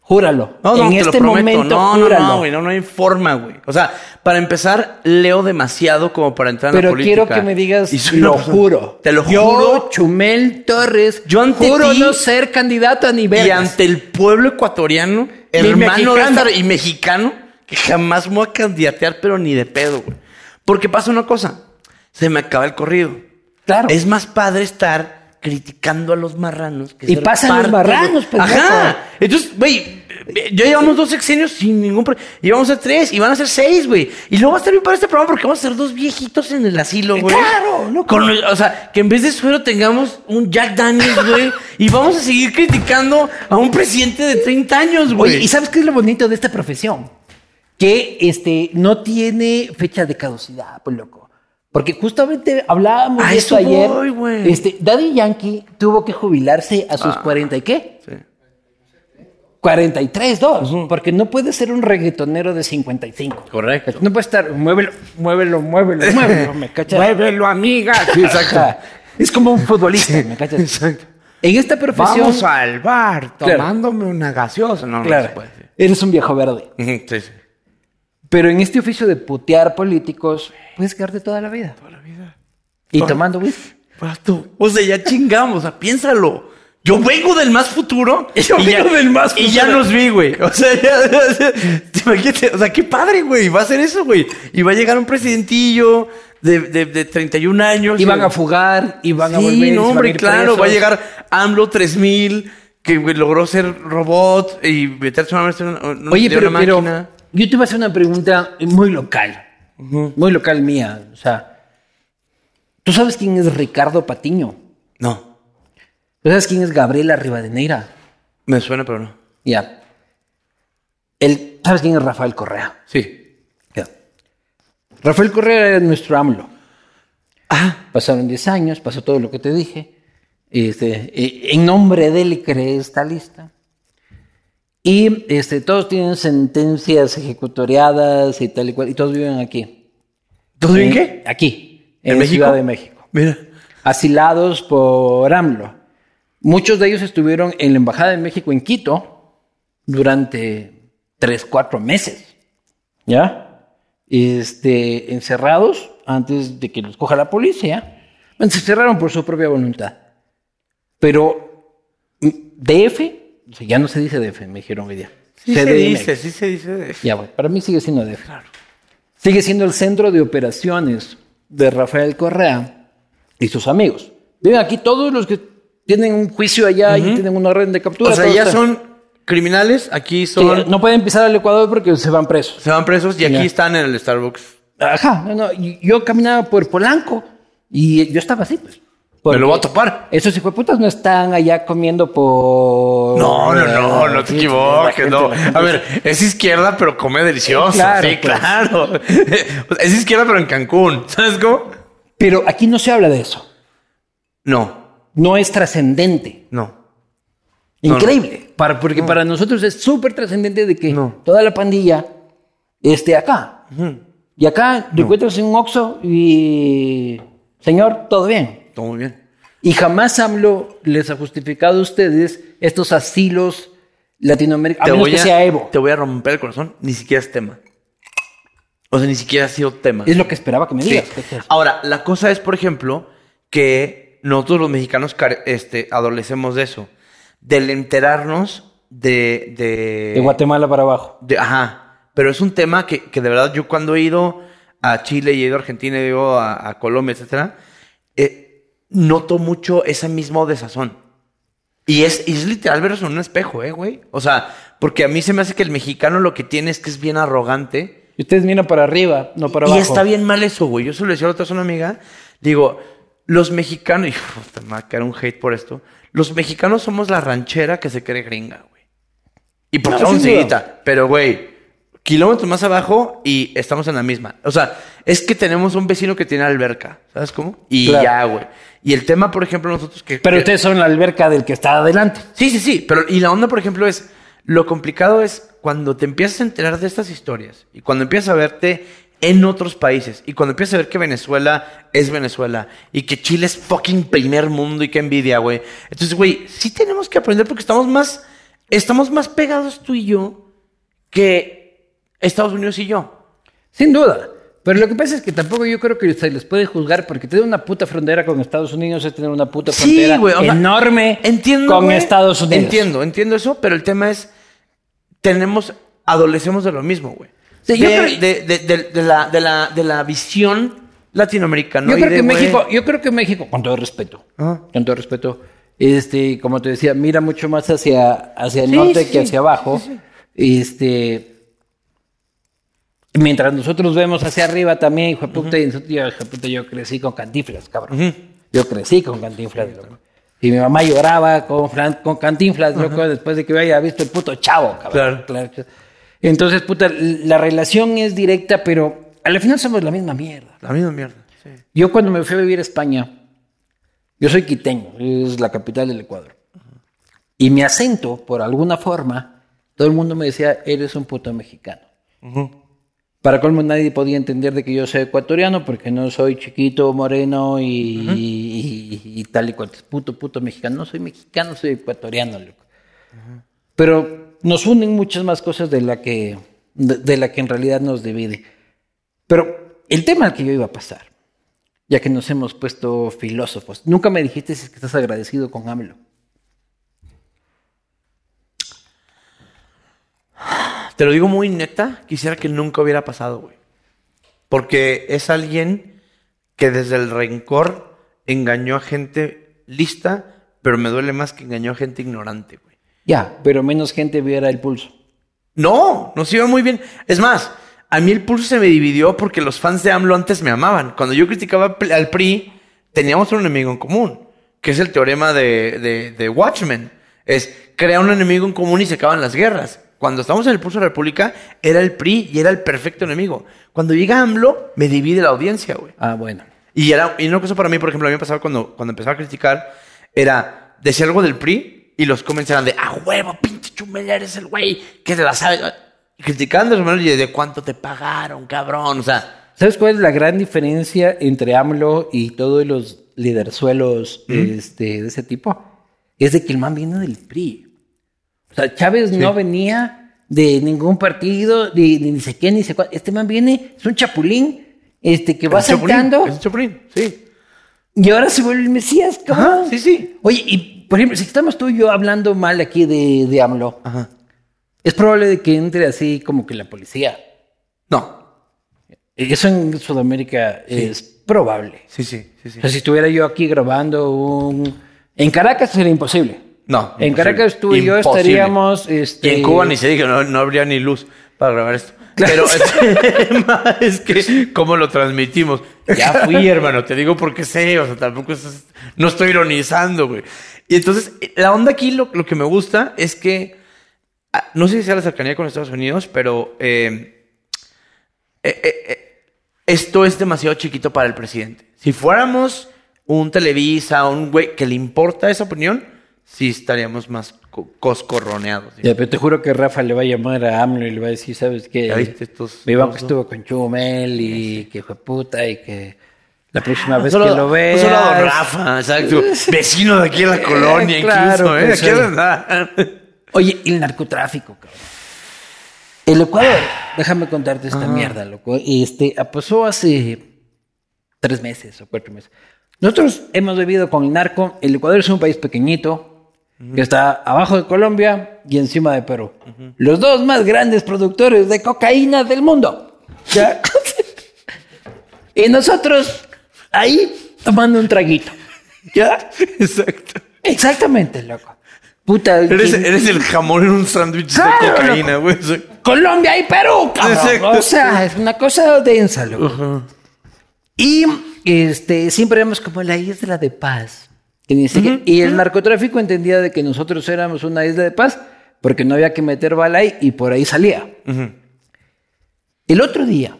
Júralo.
No, no,
en
te
este
lo prometo.
momento,
no, no,
júralo.
no, güey, no, no hay forma, güey. O sea, para empezar, leo demasiado como para entrar en la
pero
política.
quiero que me digas,
Y soy una
lo
persona-
juro.
Te lo
Yo,
juro.
Chumel Torres,
Yo ante
juro
ti
no ser candidato a nivel.
Y ante el pueblo ecuatoriano, hermano de
mexicano.
esta- y mexicano, que jamás me voy a candidatear, pero ni de pedo, güey. Porque pasa una cosa, se me acaba el corrido.
Claro.
Es más padre estar criticando a los marranos que
Y
ser
pasan los
parte,
marranos,
güey.
pendejo.
Ajá. Entonces, güey, eh, ya llevamos dos sexenios sin ningún problema. Llevamos a tres y van a ser seis, güey. Y luego va a estar bien para este programa porque vamos a ser dos viejitos en el asilo, güey.
Claro, loco.
Con- o sea, que en vez de suero tengamos un Jack Daniels, güey. y vamos a seguir criticando a un presidente de 30 años, güey.
Oye, ¿y sabes qué es lo bonito de esta profesión? Que este, no tiene fecha de caducidad, pues loco. Porque justamente hablábamos
A
de esto
eso
ayer.
voy, güey.
este, Daddy Yankee tuvo que jubilarse a sus 40 y qué?
Sí.
43, 2. Porque no puede ser un reggaetonero de 55.
Correcto.
No puede estar, muévelo, muévelo, muévelo, muévelo, me cachas. Muévelo, amiga. exacto. Es como un futbolista, me cachas. Exacto. En esta profesión,
al bar
Claro.
una gaseosa. No,
claro, eres un viejo verde.
decir. Sí, sí.
Pero en este oficio de putear políticos, puedes quedarte toda la vida. Toda la vida. Y tomando whisky.
Pato, o sea, ya chingamos, o sea, piénsalo. Yo vengo del más futuro.
Yo vengo del más
Y ya
futuro.
nos vi, güey. O sea, ya, ya- ya- te imagínate, o sea, qué padre, güey. Va a ser eso, güey. Y va a llegar un presidentillo de, de, de 31 años.
Y van
güey.
a fugar, y van a
sí,
volver. y se
no,
van a
hombre,
ir
claro. Va a
presos.
llegar AMLO 3000, que güey, logró ser robot y meterse una, una, una-
Oye,
de
pero,
una
pero
máquina.
yo te voy a hacer una pregunta muy local. Muy local mía. O sea, ¿tú sabes quién es Ricardo Patiño?
No,
¿Tú sabes quién es Gabriela Rivadeneira?
me suena, pero no.
Ya. El, ¿Sabes quién es Rafael Correa?
Sí.
Ya. Rafael Correa era nuestro AMLO.
Ah.
Pasaron 10 años, pasó todo lo que te dije. Este, eh, en nombre de él creé esta lista. Y este, todos tienen sentencias ejecutoriadas y tal y cual. Y todos viven aquí.
¿Todo bien
Eh,
qué?
Aquí,
¿En
en,
México?
Ciudad de México.
Mira.
Asilados por AMLO. Muchos de ellos estuvieron en la Embajada de México en Quito durante 3, 4 meses. ¿ya? Este, encerrados antes de que los coja la policía. Se encerraron por su propia voluntad. Pero mm, DF, o sea, ya no se dice DF, me dijeron hoy día.
Sí se
CDMX.
dice, sí se dice.
Ya, bueno, para mí sigue siendo DF. Sigue siendo el centro de operaciones de Rafael Correa y sus amigos. Viven aquí todos los que tienen un juicio allá y tienen una orden de captura.
O sea,
todos
ya
están-
son criminales, aquí
Sí,
son...
no pueden pisar al Ecuador porque se van presos.
Se van presos y aquí
Ya.
están en el Starbucks.
Ajá, no, no. y Yo caminaba por Polanco y yo estaba así, pues.
Me lo voy a topar.
Esos hijueputas no están allá comiendo por.
No, no, no, no te
Oh, Sí,
equivoques,
la
no.
gente, la
A ver, es izquierda, pero come delicioso.
Sí, claro,
sí,
pues.
claro. Es izquierda, pero en Cancún. ¿Sabes cómo?
Pero aquí no se habla de eso.
No,
No es trascendente.
no. no.
Increíble. Para, porque para nosotros es súper trascendente de que
No.
toda la pandilla esté acá. Y acá te encuentras en un oxo y. Señor, todo bien.
Todo muy bien.
Y jamás AMLO les ha justificado a ustedes estos asilos latinoamericanos. A menos que sea Evo.
te voy a romper el corazón. Ni siquiera es tema. O sea, ni siquiera ha sido tema.
Es lo que esperaba que me
Sí.
digas.
Ahora, la cosa es, por ejemplo, que nosotros los mexicanos care- este, adolecemos de eso. Del enterarnos de... De,
De Guatemala para abajo.
de- ajá. Pero es un tema que, que de verdad yo cuando he ido a Chile y he ido a Argentina, he ido a, a Colombia, etcétera, eh, noto mucho ese mismo desazón. Y es, y es literal vernos en un espejo, ¿eh, güey? O sea, porque a mí se me hace que el mexicano lo que tiene es que es bien arrogante.
Y ustedes miran para arriba, no para
Y
abajo.
está bien mal eso, güey. Yo se lo decía a la otra vez a una amiga. Digo, los mexicanos. Y puta, me va a quedar un hate por esto. Los mexicanos somos la ranchera que se cree gringa, güey. Y por
No,
son
sin duda.
seguita. Pero, güey, kilómetros más abajo y estamos en la misma. O sea, es que tenemos un vecino que tiene alberca. ¿Sabes cómo? Y
Claro.
ya, güey. Y el tema, por ejemplo, nosotros que.
Pero
que-
ustedes son la alberca del que está adelante.
Sí, sí, sí. Pero, y la onda, por ejemplo, es. Lo complicado es cuando te empiezas a enterar de estas historias y cuando empiezas a verte en otros países y cuando empiezas a ver que Venezuela es Venezuela y que Chile es fucking primer mundo y que envidia, güey. Entonces, güey, sí tenemos que aprender porque estamos más. Estamos más pegados tú y yo que Estados Unidos y yo.
Sin duda. Pero lo que pasa es que tampoco yo creo que se les puede juzgar porque tener una puta frontera con Estados Unidos es tener una puta frontera
güey, o sea,
enorme
Entiendo.
con
güey.
Estados Unidos.
Entiendo, entiendo eso, pero el tema es. Tenemos. Adolecemos de lo mismo, güey.
Sí, yo
de,
creo-
de- de- de- de la, de, la, de la visión latinoamericana.
Yo creo que México, yo creo que México, con todo respeto,
Ajá.
con todo respeto, este, como te decía, mira mucho más hacia, hacia el norte que hacia abajo. Este. Mientras nosotros vemos hacia arriba también, hijo de puta, y nosotros- yo, hijo de puta, yo crecí con cantinflas, cabrón. Yo crecí con cantinflas, loco. Y mi mamá lloraba con, Fran- con cantinflas, loco, después de que yo haya visto el puto chavo, cabrón.
Claro.
Claro. Entonces, puta, la relación es directa, pero al final somos la misma mierda.
La misma mierda. sí.
Yo cuando me fui a vivir a España, yo soy quiteño, es la capital del Ecuador. Y mi acento, por alguna forma, todo el mundo me decía, eres un puto mexicano. Para colmo nadie podía entender de que yo soy ecuatoriano porque no soy chiquito, moreno y, y- y- y tal y cual. Puto, puto mexicano. No soy mexicano, soy ecuatoriano, loco. Pero nos unen muchas más cosas de la que, de, de la que en realidad nos divide. Pero el tema al que yo iba a pasar, ya que nos hemos puesto filósofos, nunca me dijiste si es que estás agradecido con AMLO.
Te lo digo muy neta, quisiera que nunca hubiera pasado, güey. Porque es alguien que desde el rencor engañó a gente lista, pero me duele más que engañó a gente ignorante, güey.
Ya, pero menos gente viera el pulso.
No, nos iba muy bien. Es más, a mí el pulso se me dividió porque los fans de AMLO antes me amaban. Cuando yo criticaba pl- al PRI, teníamos un enemigo en común, que es el teorema de, de- de Watchmen. Es crear un enemigo en común y se acaban las guerras. Cuando estábamos en el pulso de la República, era el PRI y era el perfecto enemigo. Cuando llega AMLO, me divide la audiencia, güey.
Ah, bueno.
Y era y una cosa para mí, por ejemplo, a mí me pasaba cuando, cuando empezaba a criticar, era decía algo del PRI y los comments eran de, ah, huevo, pinche chumela, eres el güey que te la sabe. Y criticando, hermano, y de cuánto te pagaron, cabrón. O sea,
¿Sabes cuál es la gran diferencia entre AMLO y todos los liderzuelos este, de ese tipo? Es de que el man viene del PRI. O sea, Chávez no venía de ningún partido, de, de ni sé qué, ni sé cuál. Este man viene, es un chapulín, este, que va
es un chapulín,
saltando
Es un chapulín, sí.
y ahora se vuelve el Mesías, cabrón.
Ajá, sí, sí.
Oye, y por ejemplo, si estamos tú y yo hablando mal aquí de, de AMLO,
Ajá.
es probable de que entre así como que la policía. Eh,
No,
Eso en Sudamérica es probable.
sí, sí, sí, sí.
O sea, si estuviera yo aquí grabando un... En Caracas sería imposible.
No.
En
Ah, imposible.
Caracas tú y yo
Imposible.
estaríamos...
Y
Este...
en Cuba ni se diga, no, no habría ni luz para grabar esto. Pero el tema es que cómo lo transmitimos. Ya fui, hermano, te digo porque sé, o sea, tampoco es- no estoy ironizando, güey. Y entonces, la onda aquí, lo, lo que me gusta es que, ah, no sé si sea la cercanía con Estados Unidos, pero eh, eh, eh, eh, esto es demasiado chiquito para el presidente. Si fuéramos un Televisa, un güey que le importa esa opinión, sí estaríamos más co- coscorroneados.
Ya, pero te juro que Rafa le va a llamar a AMLO y le va a decir, ¿sabes qué?
Ya viste estos-
Mi banco
estos-
estuvo con Chumel y que fue puta y que la próxima
Pues
vez
Ah, solo-
que lo veas...
No solo don Rafa, exacto. Vecino de aquí en la colonia,
claro,
incluso, ¿eh?
pues,
Aquí
sí.
es nada.
Oye, y el narcotráfico, cabrón.
El Ecuador, déjame contarte esta mierda, loco. Este, pasó hace tres meses o cuatro meses. Nosotros hemos vivido con el narco. El Ecuador es un país pequeñito que está abajo de Colombia y encima de Perú. Los dos más grandes productores de cocaína del mundo. ¿Ya? y nosotros ahí tomando un traguito. ¿Ya?
Exacto.
Exactamente, loco. Puta, el
Eres,
que-
eres el jamón en un sándwich de
Claro,
cocaína, güey.
Colombia y Perú, cabrón.
Exacto.
O sea, es una cosa densa, loco. Y este, siempre éramos como la isla de paz. Que ni siquiera- Y el narcotráfico entendía de que nosotros éramos una isla de paz porque no había que meter bala ahí y por ahí salía. El otro día,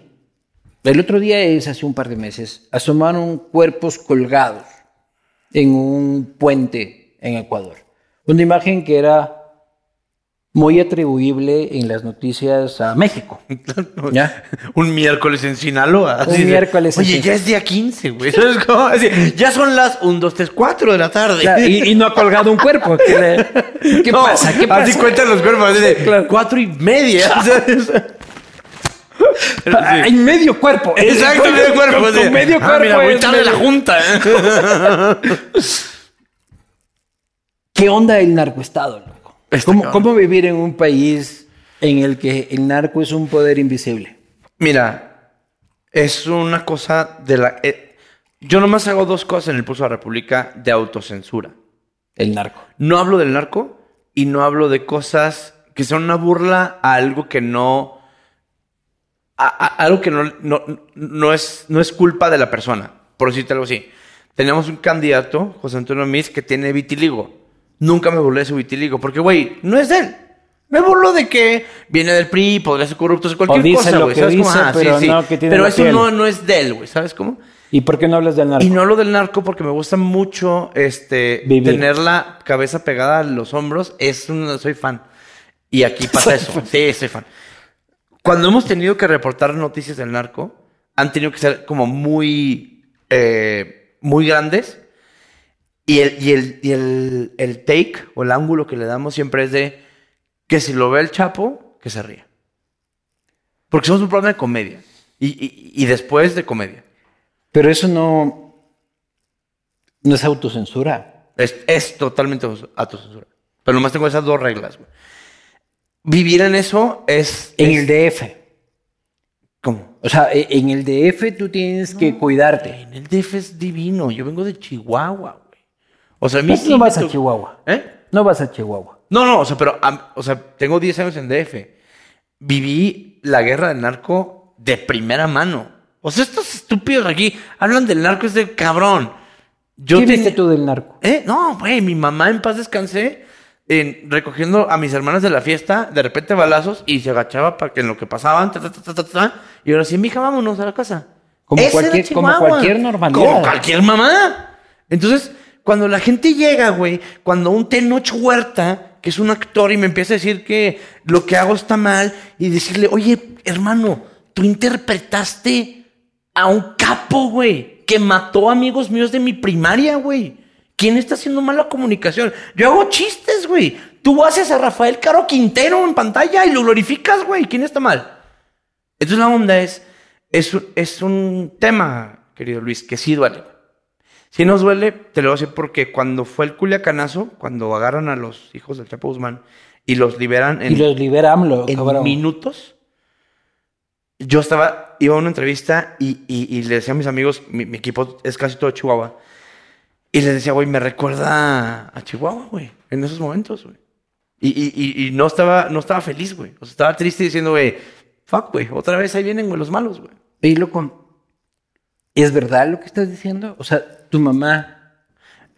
el otro día es hace un par de meses, asomaron cuerpos colgados en un puente en Ecuador. Una imagen que era muy atribuible en las noticias a México. ¿Ya?
Un miércoles en Sinaloa.
Un
así de,
miércoles en
Oye,
Sinaloa.
ya es día 15, güey. ¿Sabes cómo? Así, ya son las 1, 2, 3, 4 de la tarde.
Claro, y, y no ha colgado un cuerpo. ¿Qué, le- qué
No,
pasa? ¿Qué pasa?
Así cuentan los cuerpos, así de
Claro.
cuatro y media. ¿sabes?
Ah, Hay medio cuerpo.
Exacto, medio cuerpo.
Con,
así de,
con medio
"Ah,
cuerpo.
mira, muy
es
tarde la
medio-
junta. ¿eh?"
¿Qué onda el narcoestado, loco?
Está
¿Cómo,
Este cabrón.
cómo vivir en un país en el que el narco es un poder invisible?
Mira, es una cosa de la... eh, yo nomás hago dos cosas en el Pulso de la República de autocensura.
El narco.
No hablo del narco y no hablo de cosas que son una burla a algo que no... a- a- algo que no, no, no es, no es culpa de la persona, por decirte algo así. Tenemos un candidato, José Antonio Miz, que tiene vitiligo. Nunca me burlé de su vitiligo, porque, güey, no es de él. Me burlo de que viene del PRI, podría ser corrupto, es cualquier
dice
cosa,
lo
güey.
que
¿sabes cómo?
dice,
Ah, sí,
pero
sí.
no que tiene
Pero
la
eso
piel.
no, no es de él, güey, ¿sabes cómo?
¿Y por qué no hablas del narco?
Y no lo del narco porque me gusta mucho este
Vivir.
tener la cabeza pegada a los hombros. Es un, soy fan. Y aquí pasa eso. Sí, soy fan. Cuando hemos tenido que reportar noticias del narco, han tenido que ser como muy, eh, muy grandes. Y el, y el, y el, el take o el ángulo que le damos siempre es de que si lo ve el Chapo, que se ría. Porque somos un programa de comedia. Y, y- y después de comedia.
Pero eso no, no es autocensura.
Es, es totalmente autos- autocensura. Pero nomás tengo esas dos reglas, güey. Vivir en eso es.
En
es-
el DF.
¿Cómo?
O sea, e- en el DF tú tienes que cuidarte.
En el DF es divino. Yo vengo de Chihuahua, güey. O sea, a mí
Pues
sí
no
me
vas a
tocó-
Chihuahua.
¿Eh?
No vas a Chihuahua.
No, no, o sea, pero. am- o sea, tengo 10 años en DF. Viví la guerra del narco de primera mano. O sea, estos estúpidos aquí hablan del narco, es de cabrón. Yo
¿Qué
tenía-
viste tú del narco?
¿Eh? No, güey, mi mamá en paz descansé en, recogiendo a mis hermanas de la fiesta, de repente balazos y se agachaba para que en lo que pasaban, ta, ta, ta, ta, ta, ta, y ahora sí, mija, vámonos a la casa.
Como
Ese era
cualquier- como
Chihuahua.
cualquier normalidad.
Como cualquier mamá. Entonces, cuando la gente llega, güey, cuando un Tenoch Huerta, que es un actor, y me empieza a decir que lo que hago está mal, y decirle, oye, hermano, tú interpretaste a un capo, güey, que mató amigos míos de mi primaria, güey. ¿Quién está haciendo mala comunicación? Yo hago chistes, güey. Tú haces a Rafael Caro Quintero en pantalla y lo glorificas, güey. ¿Quién está mal? Entonces la onda es, es, un- es un tema, querido Luis, que sí duele. Si nos duele, te lo voy a decir porque cuando fue el culiacanazo, cuando agarran a los hijos del Chapo Guzmán y los liberan en,
Y los libera AMLO,
en
cabrón.
minutos, yo estaba, iba a una entrevista y, y- y le decía a mis amigos, mi, mi equipo es casi todo Chihuahua, y les decía, güey, me recuerda a Chihuahua, güey, en esos momentos, güey. Y, y- y- y no, estaba, no estaba feliz, güey. O sea, estaba triste diciendo, güey, Fuck, güey. Otra vez ahí vienen, güey, los malos, güey.
Oye, loco, ¿es verdad lo que estás diciendo? O sea, tu mamá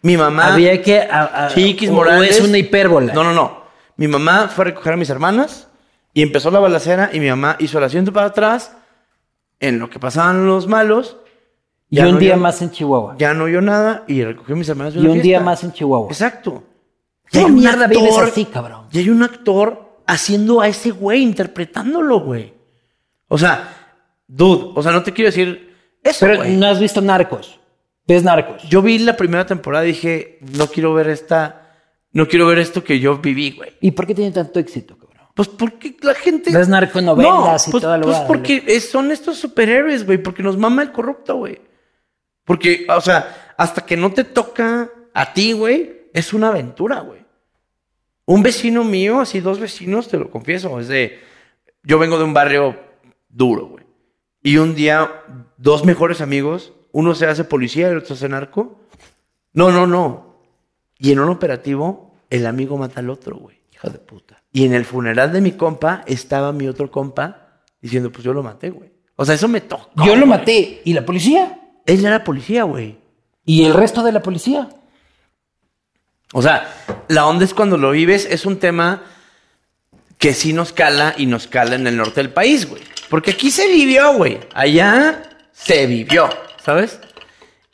Mi mamá.
había que... a- a-
Chiquis
o- o
Morales.
es una hipérbola.
No, no, no. Mi mamá fue a recoger a mis hermanas y empezó la balacera y mi mamá hizo el asiento para atrás en lo que pasaban los malos.
y
Ya
un
no,
día
ya-
más en Chihuahua.
Ya no oyó nada y recogió a mis hermanas. de
y
una
un día
fiesta.
más en Chihuahua.
Exacto.
¿Qué
Y hay un
mierda vives
actor-
así, cabrón?
Y hay un actor haciendo a ese güey, interpretándolo, güey. O sea, dude, o sea, no te quiero decir eso,
Pero
güey.
no has visto Narcos. ¿Ves Narcos?
Yo vi la primera temporada y dije, no quiero ver esta, no quiero ver esto que yo viví, güey.
¿Y por qué tiene tanto éxito, cabrón?
Pues porque la gente.
Las narconovelas y
pues,
todo lo
Pues
va,
porque es- son estos superhéroes, güey. Porque nos mama el corrupto, güey. Porque, o sea, hasta que no te toca a ti, güey, es una aventura, güey. Un vecino mío, así dos vecinos, te lo confieso, es de. Yo vengo de un barrio duro, güey. Y un día, dos mejores amigos, uno se hace policía y el otro se hace narco. No, no, no. Y en un operativo, el amigo mata al otro, güey.
Hijo de puta.
Y en el funeral de mi compa estaba mi otro compa diciendo, pues yo lo maté, güey. O sea, eso me tocó.
Yo lo
güey.
maté. ¿Y la policía?
Él era policía, güey.
¿Y el resto de la policía?
O sea, la onda es cuando lo vives, es un tema que sí nos cala y nos cala en el norte del país, güey. Porque aquí se vivió, güey. Allá se vivió, ¿sabes?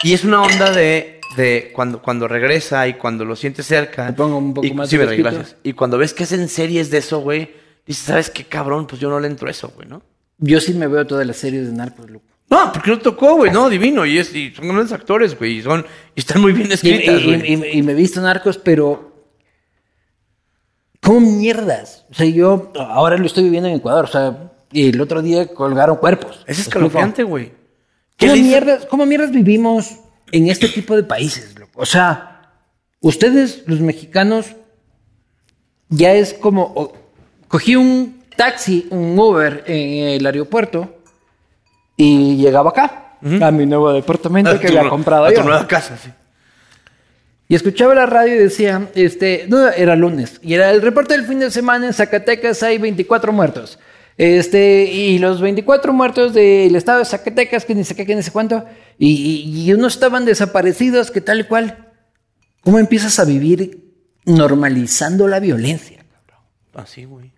Y es una onda de, de cuando, cuando regresa y cuando lo sientes cerca.
Te pongo un poco
Y-
más
Sí,
de
verdad,
fresquito.
gracias. Y cuando ves que hacen series de eso, güey, dices, ¿sabes qué cabrón? Pues yo no le entro a eso, güey, ¿no?
Yo sí me veo todas las series de Narcos, loco.
No, porque no tocó, güey. No, divino. Y, es, y son grandes actores, güey. Y, son, y están muy bien
Y,
escritas,
y-
güey.
y- y- y me he visto Narcos, pero... ¿Cómo mierdas? O sea, yo ahora lo estoy viviendo en Ecuador. O sea, y el otro día colgaron cuerpos.
Es
¿Me
escalofriante, güey. ¿Qué
¿Cómo
le hizo?
mierdas, ¿Cómo mierdas vivimos en este tipo de países? loco? O sea, ustedes, los mexicanos, ya es como. o- cogí un taxi, un Uber en el aeropuerto y llegaba acá, a mi nuevo departamento
A
que
tu
había
nue-
comprado
a
yo.
tu nueva casa, sí.
Y escuchaba la radio y decía, este, no, era lunes, y era el reporte del fin de semana en Zacatecas hay 24 muertos. Este, y los 24 muertos del estado de Zacatecas, que ni sé qué, que ni sé cuánto, y, y- y unos estaban desaparecidos, que tal y cual. ¿Cómo empiezas a vivir normalizando la violencia?
Así, güey.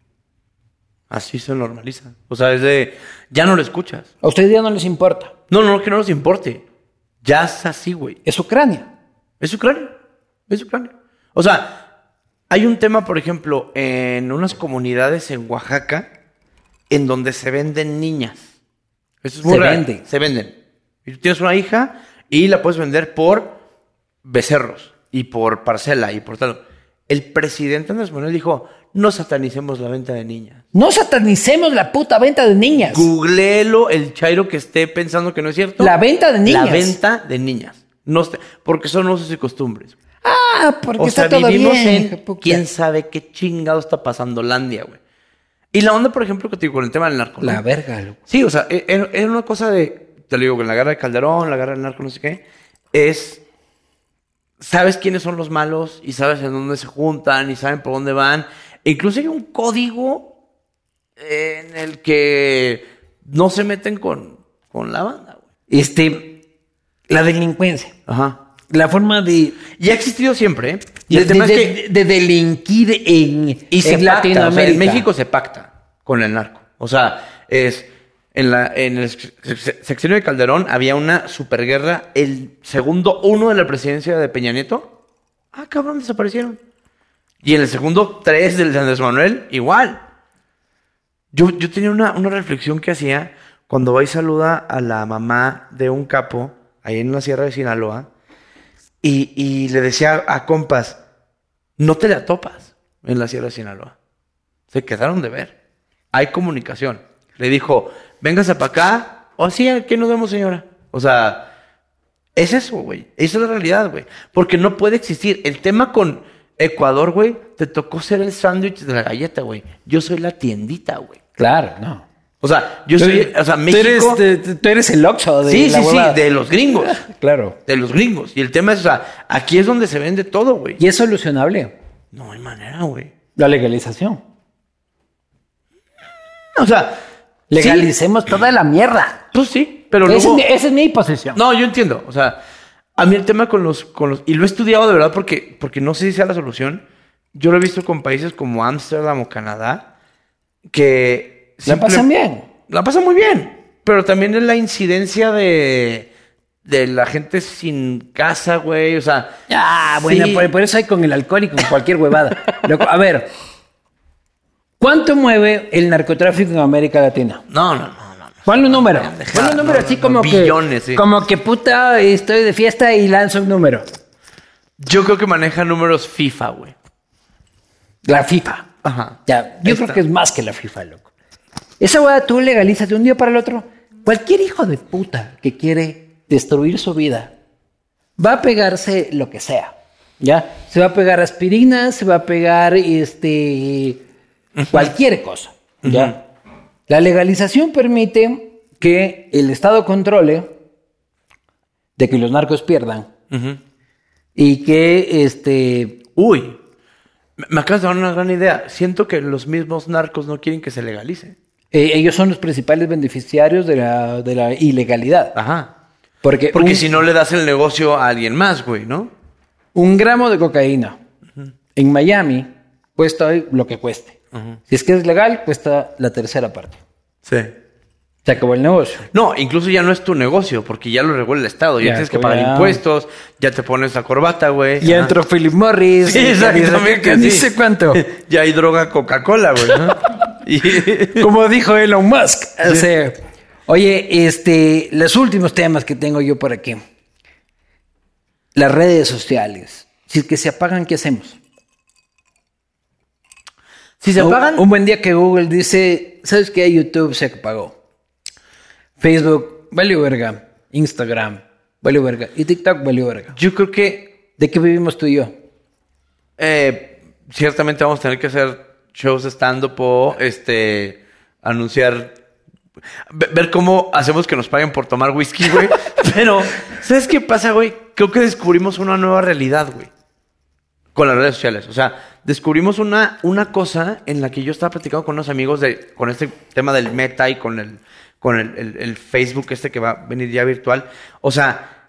Así se normaliza. O sea, es de. Ya no lo escuchas.
A ustedes ya no les importa.
No, no, que no nos importe. Ya es así, güey.
Es Ucrania.
Es Ucrania. Es Ucrania. O sea, hay un tema, por ejemplo, en unas comunidades en Oaxaca en donde se venden niñas. Eso es muy
Se
real.
venden.
Se venden. Y tú tienes una hija y la puedes vender por becerros y por parcela y por tal. El presidente Andrés Manuel dijo, no satanicemos la venta de niñas.
No satanicemos la puta venta de niñas.
Googleelo el chairo que esté pensando que no es cierto.
La venta de niñas.
La venta de niñas. No, esté- porque son usos y costumbres.
Ah, porque
o
está
sea,
todo
vivimos
bien.
en
hija puta.
quién sabe qué chingado está pasando Landia, güey. Y la onda, por ejemplo, que te digo con el tema del narco. ¿no?
La verga, loco.
Sí, o sea, e- era era una cosa de, te lo digo, con la guerra de Calderón, la guerra del narco, no sé qué, es, sabes quiénes son los malos y sabes en dónde se juntan y saben por dónde van. E incluso hay un código en el que no se meten con, con la banda, güey.
Este, la delincuencia.
Ajá.
La forma de,
Y ha existido siempre, ¿eh? Y
de,
el tema
de-
es que...
de- de delinquir en,
Y se
en
pacta, o sea,
Latinoamérica.
en México se pacta con el narco. O sea, es en la en el sex- sexenio de Calderón había una superguerra. El segundo uno de la presidencia de Peña Nieto, ah, cabrón, desaparecieron. Y en el segundo tres del de Andrés Manuel, igual. Yo, yo tenía una, una reflexión que hacía cuando va y saluda a la mamá de un capo ahí en la sierra de Sinaloa y, y le decía a compas, no te la topas en la Sierra de Sinaloa. Se quedaron de ver. Hay comunicación. Le dijo, véngase para acá. O sí, aquí nos vemos, señora. O sea, es eso, güey. Esa es la realidad, güey. Porque no puede existir. El tema con Ecuador, güey, te tocó ser el sándwich de la galleta, güey. Yo soy la tiendita, güey.
Claro, no.
O sea, yo soy, o sea, México.
Tú eres, tú- tú eres el Oxxo de
sí,
la
sí, sí,
huevada.
de los gringos.
Claro.
De los gringos. Y el tema es, o sea, aquí es donde se vende todo, güey.
Y es solucionable.
No hay manera, güey.
La legalización.
O sea,
Legalicemos toda la mierda.
Pues sí, pero
Esa es
luego...
mi- esa es mi posición.
No, yo entiendo. O sea, a mí el tema con los, con los. Y lo he estudiado de verdad porque, porque no sé si sea la solución. Yo lo he visto con países como Ámsterdam o Canadá que.
La
simple-
pasan bien.
La pasan muy bien. Pero también es la incidencia de. De la gente sin casa, güey. O sea.
Ah, bueno,
sí.
por, por eso hay con el alcohol y con cualquier huevada. Loco, a ver, ¿cuánto mueve el narcotráfico en América Latina?
No, no, no, no.
Pon un número.
Pendejada,
Pon un número
Ah, no,
así
no,
como
no,
que.
billones, sí.
Como que puta, estoy de fiesta y lanzo un número.
Yo creo que maneja números FIFA, güey.
La FIFA.
Ajá.
Ya, yo
Ahí
creo
está.
que es más que la FIFA, loco. Esa hueá tú legalizas de un día para el otro. Cualquier hijo de puta que quiere destruir su vida va a pegarse lo que sea. ¿Ya? Se va a pegar aspirina, se va a pegar este cualquier cosa. ¿Ya? La legalización permite que el Estado controle de que los narcos pierdan y que este
Uy. me- Me acabas de dar una gran idea. Siento que los mismos narcos no quieren que se legalice.
Eh, ellos son los principales beneficiarios de la, de la ilegalidad.
Ajá.
Porque,
Porque
un,
si no le das el negocio a alguien más, güey, ¿no?
un gramo de cocaína en Miami cuesta hoy lo que cueste. Si es que es legal, cuesta la tercera parte.
Sí.
Se acabó el negocio.
No, incluso ya no es tu negocio, porque ya lo regula el Estado. Ya,
Ya,
tienes que
pues,
pagar
ya.
impuestos, ya te pones la corbata, güey.
Y
Ajá.
entró Philip Morris.
Sí,
y-
exactamente.
y- Ni
sí.
sé cuánto.
Ya hay droga Coca-Cola, güey. ¿no? Y-
Como dijo Elon Musk. O sea, oye, este, los últimos temas que tengo yo por aquí. Las redes sociales. Si es que se apagan, ¿qué hacemos?
Si se
Un-
apagan,
Un buen día que Google dice, ¿sabes qué? YouTube se apagó. Facebook, valió verga. Instagram, valió verga. Y TikTok, valió verga.
yo creo que
¿De qué vivimos tú y yo?
eh, ciertamente vamos a tener que hacer shows stand-up o este, anunciar. ve- Ver cómo hacemos que nos paguen por tomar whisky, güey. Pero, ¿sabes qué pasa, güey? Creo que descubrimos una nueva realidad, güey. con las redes sociales. O sea, descubrimos una, una cosa en la que yo estaba platicando con unos amigos de, con este tema del meta y con el, con el, el- el Facebook este que va a venir ya virtual. O sea,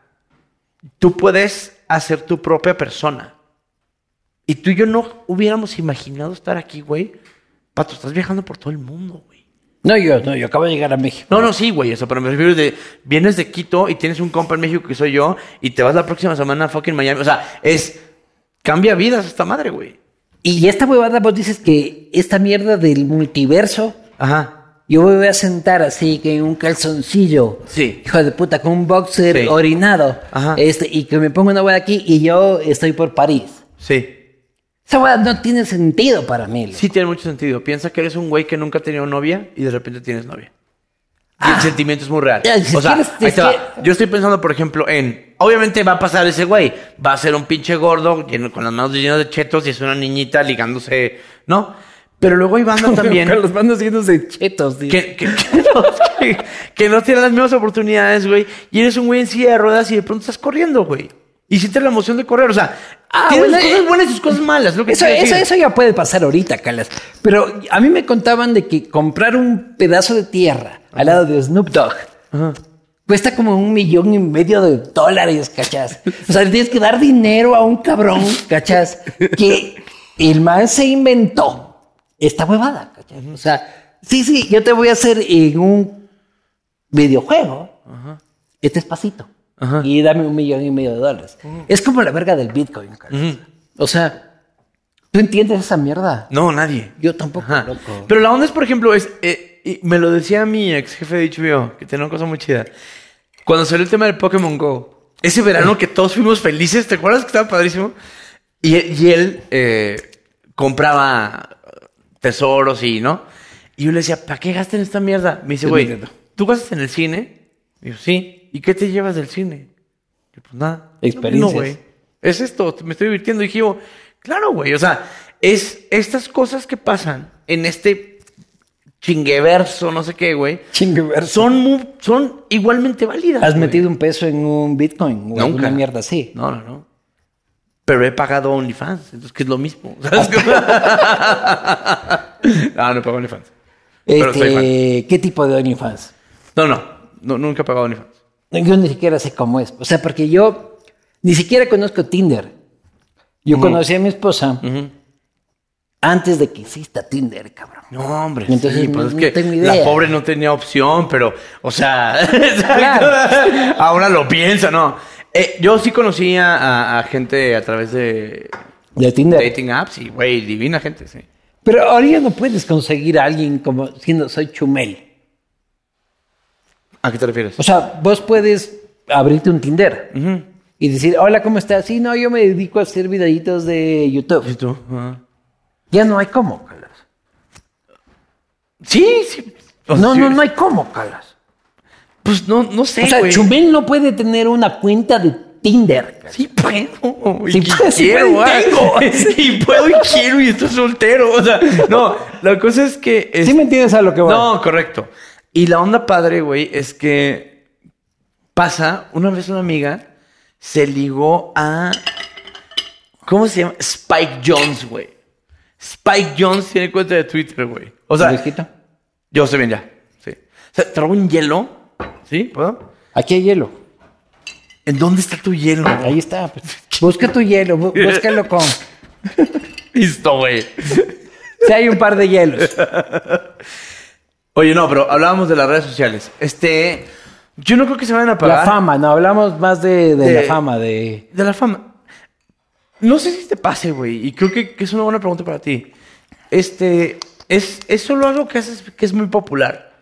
tú puedes hacer tu propia persona. Y tú y yo no hubiéramos imaginado estar aquí, güey. Pato, estás viajando por todo el mundo, güey.
No, yo, no, yo acabo de llegar a México.
No, no, sí, güey, eso, pero me refiero de, vienes de Quito y tienes un compa en México que soy yo y te vas la próxima semana a fucking Miami. O sea, es, cambia vidas esta madre, güey.
Y esta huevada, vos dices que esta mierda del multiverso,
Ajá.
yo me voy a sentar así, que en un calzoncillo.
Sí.
Hijo de puta, con un boxer
Sí.
orinado.
Ajá.
Este, y que me ponga una hueá aquí y yo estoy por París.
Sí.
Esa hueá no tiene sentido para mí. loco.
Sí tiene mucho sentido. Piensa que eres un güey que nunca ha tenido novia y de repente tienes novia. Y el sentimiento es muy real.
Ah. Ya, si
o sea,
quieres,
ahí
es
te va.
que-
yo estoy pensando, por ejemplo, en... Obviamente va a pasar ese güey. Va a ser un pinche gordo lleno- con las manos llenas de chetos y es una niñita ligándose, ¿no? Pero luego hay bandas también...
Con los bandos llenos de chetos, tío.
que, que- que no, que- que no tienen las mismas oportunidades, güey. Y eres un güey en silla de ruedas y de pronto estás corriendo, güey. Y sientes la emoción de correr. O sea,
Ah,
tienes
bueno,
sus cosas
eh,
buenas y sus cosas malas. Lo que
Eso,
te quiero
eso,
decir.
eso ya puede pasar ahorita, Calas. Pero a mí me contaban de que comprar un pedazo de tierra al lado de Snoop Dogg cuesta como un millón y medio de dólares, ¿cachas? O sea, le tienes que dar dinero a un cabrón, ¿cachas? Que el man se inventó esta huevada, ¿cachas? O sea, sí, sí, yo te voy a hacer en un videojuego este espacito y dame un millón y medio de dólares. Es como la verga del Bitcoin, Calas. O sea, ¿tú entiendes esa mierda?
No, nadie.
Yo tampoco,
Ajá.
loco.
Pero la onda es, por ejemplo, es. eh, y me lo decía mi ex jefe de HBO, que tenía una cosa muy chida. Cuando salió el tema del Pokémon Go, ese verano que todos fuimos felices, ¿te acuerdas que estaba padrísimo? Y, y él eh, compraba tesoros y, ¿no? Y yo le decía, ¿para qué gastan esta mierda? Me dice,
Yo no
güey,
entiendo.
¿tú gastas en el cine? Y yo, sí. ¿Y qué te llevas del cine? Yo, pues nada.
Experiencias.
No, güey. Es esto, me estoy divirtiendo. Y dije yo, claro, güey. O sea, es estas cosas que pasan en este chingueverso, no sé qué, güey.
Chingueverso.
Son, mu- son igualmente válidas.
¿Has
güey.
metido un peso en un Bitcoin o
Nunca.
alguna mierda así?
No, no, no. Pero he pagado OnlyFans, entonces que es lo mismo. ¿Sabes? no, no he Ah, pagado OnlyFans. Pero soy fan.
Este, ¿Qué tipo de OnlyFans?
No, no, no, nunca he pagado OnlyFans.
Yo ni siquiera sé cómo es. O sea, porque yo ni siquiera conozco Tinder.
Mm.
Yo conocí a mi esposa antes de que exista Tinder, cabrón.
No, hombre.
Entonces,
sí,
no-
pues es
no
que
tengo idea.
la pobre no tenía opción, pero, o sea,
Claro.
ahora lo piensa, ¿no? Eh, yo sí conocía a, a gente a través de
De Tinder.
dating apps y, güey, divina gente, sí.
Pero ahora ya no puedes conseguir a alguien como diciendo soy chumel.
¿A qué te refieres?
O sea, vos puedes abrirte un Tinder y decir, hola, ¿cómo estás? Sí, no, yo me dedico a hacer videitos de YouTube.
tú? Ah.
Ya no hay cómo, Carlos.
Sí, sí. O sea,
No,
Oh, sí,
no, no hay cómo, Carlos.
Pues no, no sé,
O sea,
güey.
chumel no puede tener una cuenta de Tinder. Carlos.
Sí puedo. Y
Sí puedo, sí
quiero,
puedo y
ah. Y puedo y quiero y estoy soltero. O sea, no, la cosa es que...
¿Sí
este,
me entiendes a lo que voy?
No, correcto. Y la onda padre, güey, es que pasa, una vez una amiga se ligó a... ¿Cómo se llama? Spike Jones, güey. Spike Jones tiene cuenta de Twitter, güey. O sea,
Viejito.
yo sé bien ya. Sí. O sea, traigo un hielo. ¿Sí? ¿Puedo?
Aquí hay hielo.
¿En dónde está tu hielo?
Ahí está. pues. Busca tu hielo, bu- búscalo con. Si
Listo, güey.
hay un par de hielos.
Oye, no, pero hablábamos de las redes sociales. Este, yo no creo que se vayan a
La
pagar.
fama, no hablamos más de, de la
De-
fama, de.
De la fama. No sé si te pase, güey, y creo que, que es una buena pregunta para ti. Este, es, es solo algo que haces que es muy popular.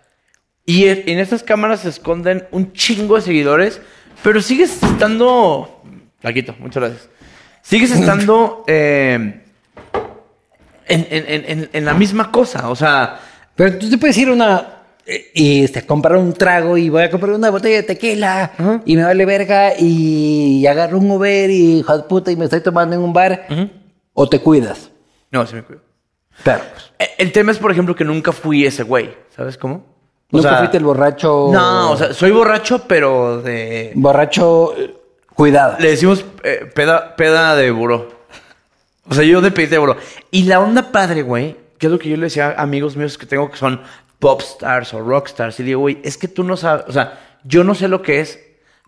Y en, en estas cámaras se esconden un chingo de seguidores, pero sigues estando... La quito, muchas gracias. Sigues estando eh, en, en- en- en- en la misma cosa, o sea...
Pero tú te puedes ir a una. eh, Y este, comprar un trago y voy a comprar una botella de tequila y me vale verga y agarro un Uber y hijo de puta y me estoy tomando en un bar o te cuidas.
No, se me cuido.
Claro. pues.
Eh, El tema es, por ejemplo, que nunca fui ese güey, ¿sabes cómo? O
Nunca
sea,
fuiste el borracho.
No, o sea, soy borracho, pero de...
Borracho, eh, cuidado.
Le decimos eh, peda, peda de buró. O sea, yo de pedita de buró. Y la onda padre, güey, que es lo que yo le decía a amigos míos que tengo que son pop stars o rock stars. Y digo, güey, es que tú no sabes, o sea, yo no sé lo que es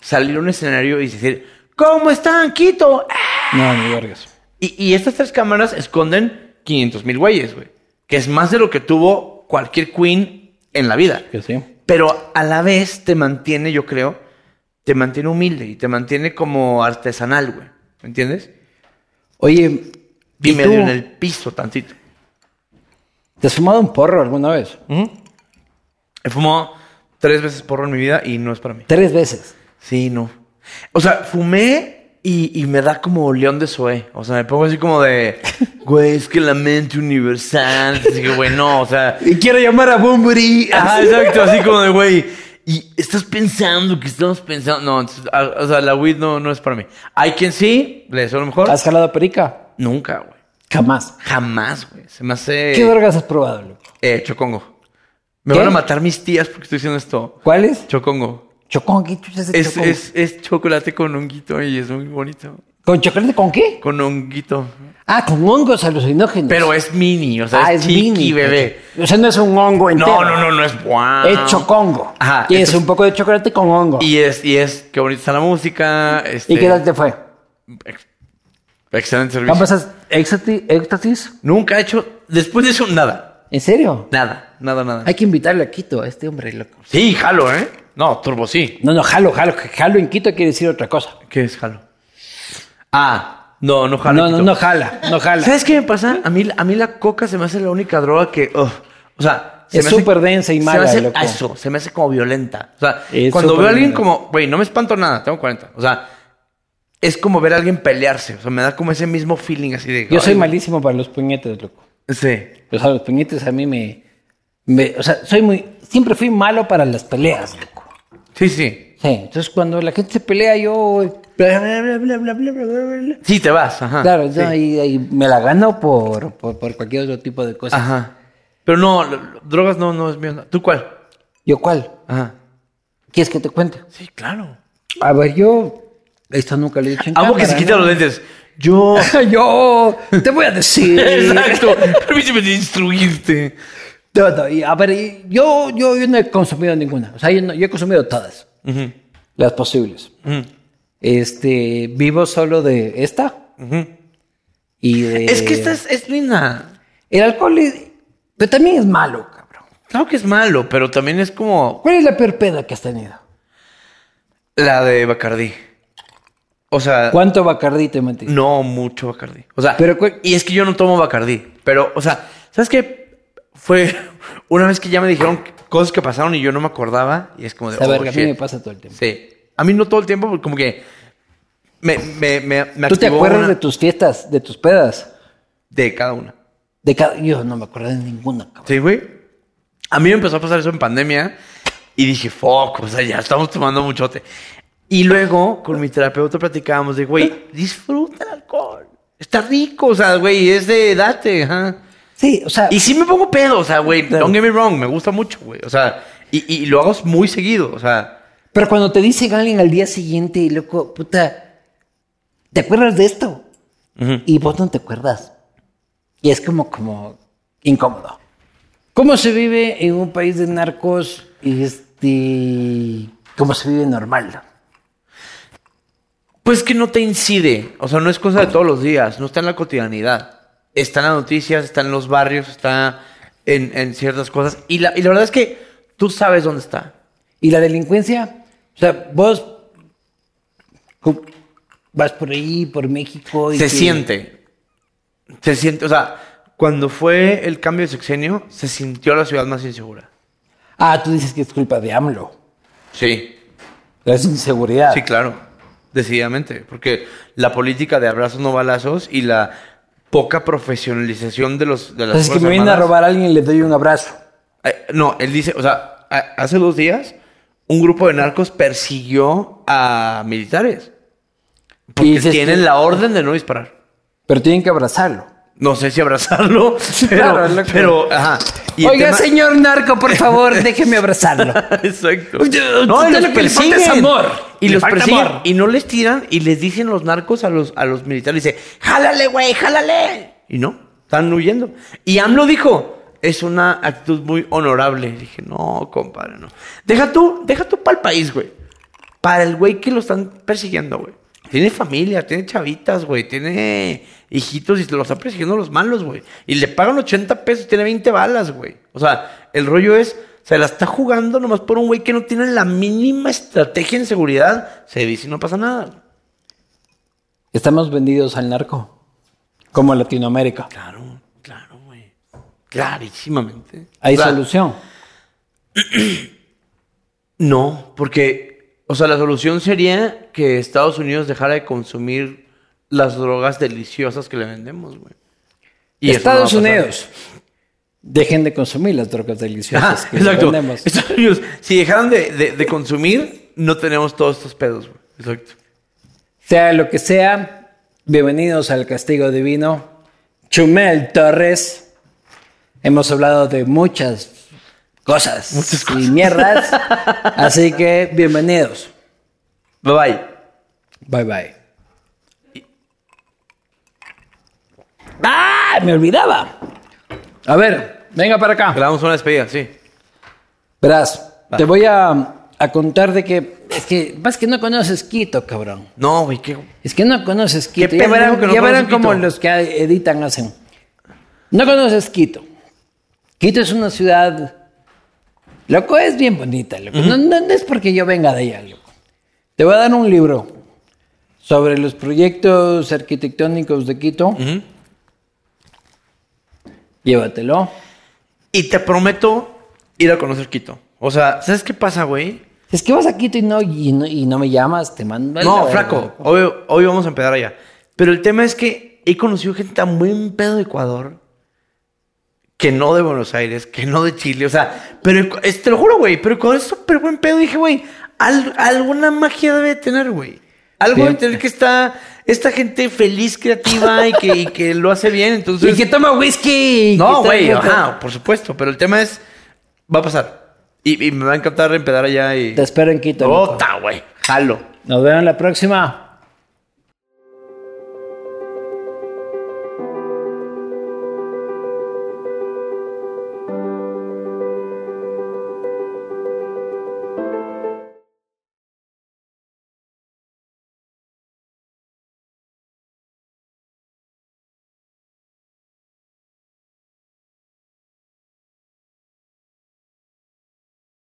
salir a un escenario y decir, ¿cómo están, Quito? ¡Ah!
No, ni vergas.
Y, y estas tres cámaras esconden 500 mil güeyes, güey. Que es más de lo que tuvo cualquier queen en la vida.
Que sí.
Pero a la vez te mantiene, yo creo, te mantiene humilde y te mantiene como artesanal, güey. ¿Me entiendes?
Oye,
Y,
¿y tú?
medio en el piso tantito.
¿Te has fumado un porro alguna vez?
He fumado tres veces porro en mi vida y no es para mí.
Tres veces.
Sí, no. O sea, fumé y, y me da como león de Zoé. O sea, me pongo así como de, güey, es que la mente universal. Así que, güey, no, o sea,
Y quiero llamar a Bumburi.
Ajá, exacto, así como de, güey. Y estás pensando que estamos pensando. No, entonces, a- o sea, la weed no, no es para mí. Hay quien sí, le deseo lo mejor.
¿Has jalado perica?
Nunca, güey.
Jamás.
Jamás, güey. Se me hace.
¿Qué drogas has probado, loco?
Eh, chocongo. Me
¿Qué?
van a matar mis tías porque estoy diciendo esto.
¿Cuáles?
Chocongo.
Chocón, ¿qué chuchas de
Es,
chocón?
es, es chocolate con honguito y es muy bonito.
¿Con chocolate con qué?
Con honguito.
Ah, con hongos alucinógenos.
Pero es mini, o sea,
ah,
es, chiqui,
mini.
bebé.
O sea, no es un hongo entero.
No, no, no, no es guau.
Es chocongo.
Ajá,
Y es
entonces-
un poco de chocolate con hongo. ¿Y,
Y es, y es, qué bonita está la música. Este,
qué tal te fue?
Excelente servicio.
¿Vamos a éxtasis? éxtasis?
Nunca he hecho, después de eso, nada.
¿En serio?
Nada, nada, nada.
Hay que invitarle a Quito, a este hombre loco.
Sí, jalo, ¿eh? No, turbo sí.
No, no, jalo, jalo. Jalo en Quito quiere decir otra cosa.
¿Qué es jalo? Ah, no, no jalo.
no, no,
Quito.
no jala, no jala.
¿Sabes qué me pasa? A mí, a mí la coca se me hace la única droga que... ugh, o sea... se
Es
me hace-
súper densa y
se me
mala,
hace-
loco.
a Eso, se me hace como violenta. O sea,
Es
cuando
súper
veo a alguien
violenta.
como... Güey, no me espanto nada, tengo 40. O sea, es como ver a alguien pelearse. O sea, me da como ese mismo feeling así de...
Yo soy
ay,
malísimo para los puñetes, loco.
Sí.
O sea, los puñetes a mí me, me- O sea, soy muy. Siempre fui malo para las peleas, loco.
Sí, sí.
Sí, entonces cuando la gente se pelea, yo. bla, bla, bla, bla, bla, bla, bla, bla, bla.
Sí, te vas, ajá.
Claro,
sí.
yo ahí, ahí me la gano por, por, por cualquier otro tipo de cosas.
Ajá. Pero no, lo- lo- drogas no, no es mío. no. ¿Tú cuál?
¿Yo cuál?
Ajá.
¿Quieres que te cuente?
Sí, claro.
A ver, yo. Esto nunca lo he dicho en
Amo que
cámara,
se quita
¿no?
los lentes. Yo.
Yo. Te voy a decir.
Exacto. Permíteme de instruirte.
Todo. Y, a ver, y yo, yo, yo no he consumido ninguna. O sea, yo, no- yo he consumido todas. Las posibles. Este, vivo solo de esta. Y de-
Es que esta es, es linda.
El alcohol es- pero también es malo, cabrón.
Claro que es malo, pero también es como
¿Cuál es la peor peda que has tenido?
la de Bacardí. O sea,
¿Cuánto Bacardí te metiste?
no mucho Bacardí. O sea,
Pero cu-
y es que yo no tomo Bacardí. Pero, o sea, ¿sabes qué? Fue una vez que ya me dijeron cosas que pasaron y yo no me acordaba. Y es como de.
Esa
oh,
verga, a mí
shit.
me pasa todo el tiempo.
Sí. A mí no todo el tiempo, porque como que me, me, me, me
¿Tú te
activó
acuerdas
una-
de tus fiestas, de tus pedas?
de cada una.
De cada... Yo no me acuerdo de ninguna, cabrón.
Sí, güey. A mí me empezó a pasar eso en pandemia y dije, fuck, o sea, ya estamos tomando muchote. Y luego con mi terapeuta platicábamos de, güey, disfruta el alcohol. Está rico, o sea, güey, es de date, ajá.
Sí, o sea,
Y sí me pongo pedo, o sea, güey,
Claro.
don't get me wrong, me gusta mucho, güey. O sea, y, y lo hago muy seguido, o sea,
pero cuando te dicen alguien al día siguiente, loco, puta, ¿te acuerdas de esto? Y vos no te acuerdas. Y es como, como incómodo. ¿Cómo se vive en un país de narcos? Este, ¿Cómo se vive normal?
pues que no te incide, o sea, no es cosa de todos los días, no está en la cotidianidad. Está en las noticias, está en los barrios, está en, en ciertas cosas. Y la, y la verdad es que tú sabes dónde está.
¿Y la delincuencia? O sea, vos cu- vas por ahí, por México. Y
se
que-
siente. Se siente, o sea, cuando fue el cambio de sexenio, se sintió la ciudad más insegura.
Ah, tú dices que es culpa de AMLO.
Sí.
Es inseguridad.
Sí, claro. Decididamente. Porque la política de abrazos no balazos y la poca profesionalización de los de las
Entonces, Pues que me
Fuerzas
vienen a
Armadas.
robar a alguien y le doy un abrazo.
Eh, No, él dice, o sea, a- hace dos días un grupo de narcos persiguió a militares. Porque
dices
tienen
que-
la orden de no disparar.
Pero tienen que abrazarlo.
No sé si abrazarlo, pero,
claro, es lo que-
pero, ajá. Y el
Oiga,
tema-
señor narco, por favor, déjeme abrazarlo.
Exacto.
usted lo que le falta es amor.
Y
Le
los
falta
persiguen.
amor.
Y no les tiran y les dicen los narcos a los, a los militares. Dice, jálale, güey, jálale. Y no, están huyendo. Y AMLO dijo, es una actitud muy honorable. Y dije, no, compadre, no. Deja tú, deja tú para el país, güey. Para el güey que lo están persiguiendo, güey. Tiene familia, tiene chavitas, güey. Tiene hijitos y lo están persiguiendo los malos, güey. Y le pagan 80 pesos, tiene 20 balas, güey. O sea, el rollo es, se la está jugando nomás por un güey que no tiene la mínima estrategia en seguridad. Se dice y no pasa nada.
Estamos vendidos al narco. Como Latinoamérica.
Claro, claro, güey. Clarísimamente.
Hay
O sea,
solución.
No, porque, o sea, la solución sería que Estados Unidos dejara de consumir las drogas deliciosas que le vendemos, güey. Y eso no va a
Estados
pasar.
Unidos. Dejen de consumir las drogas deliciosas.
Ajá,
que
exacto.
vendemos.
Estados Unidos, si dejaran de, de- de consumir, no tenemos todos estos pedos, güey. Exacto.
Sea lo que sea, bienvenidos al castigo divino. Chumel Torres. Hemos hablado de muchas cosas, y mierdas. Así que bienvenidos.
Bye bye.
Bye bye. ¡Ah! Me olvidaba. A ver, venga para acá.
Grabamos una despedida, sí.
Verás, te voy a, a contar de que. Es que más que no conoces Quito, cabrón.
No, güey, qué.
Es que no conoces Quito.
Qué
ya
pendejo
verán,
que no
ya verán
conoces
cómo
Quito.
los que editan hacen. No conoces Quito. Quito es una ciudad. Loco, es bien bonita, loco. No- no, no es porque yo venga de allá, loco. Te voy a dar un libro sobre los proyectos arquitectónicos de Quito. Llévatelo.
Y te prometo ir a conocer Quito. O sea, ¿sabes qué pasa, güey?
Si es que vas a Quito y no, y no, y no me llamas, te mando. a la
No,
verga,
flaco,
loco.
hoy, hoy vamos a empezar allá. Pero el tema es que he conocido gente tan buen pedo de Ecuador que no de Buenos Aires, que no de Chile, o sea, pero Ecu- es- te lo juro, güey, pero Ecuador es súper buen pedo. Dije, güey, al- alguna magia debe tener, güey. Algo
Bien.
debe tener que está esta gente feliz, creativa y que, y que lo hace bien, entonces...
Y que toma whisky. y
No,
que
güey,
tal,
ajá, por supuesto, pero el tema es, va a pasar. Y, y me va a encantar empezar allá y...
Te espero en Quito. loco.
Puta, güey, jalo.
Nos vemos la próxima.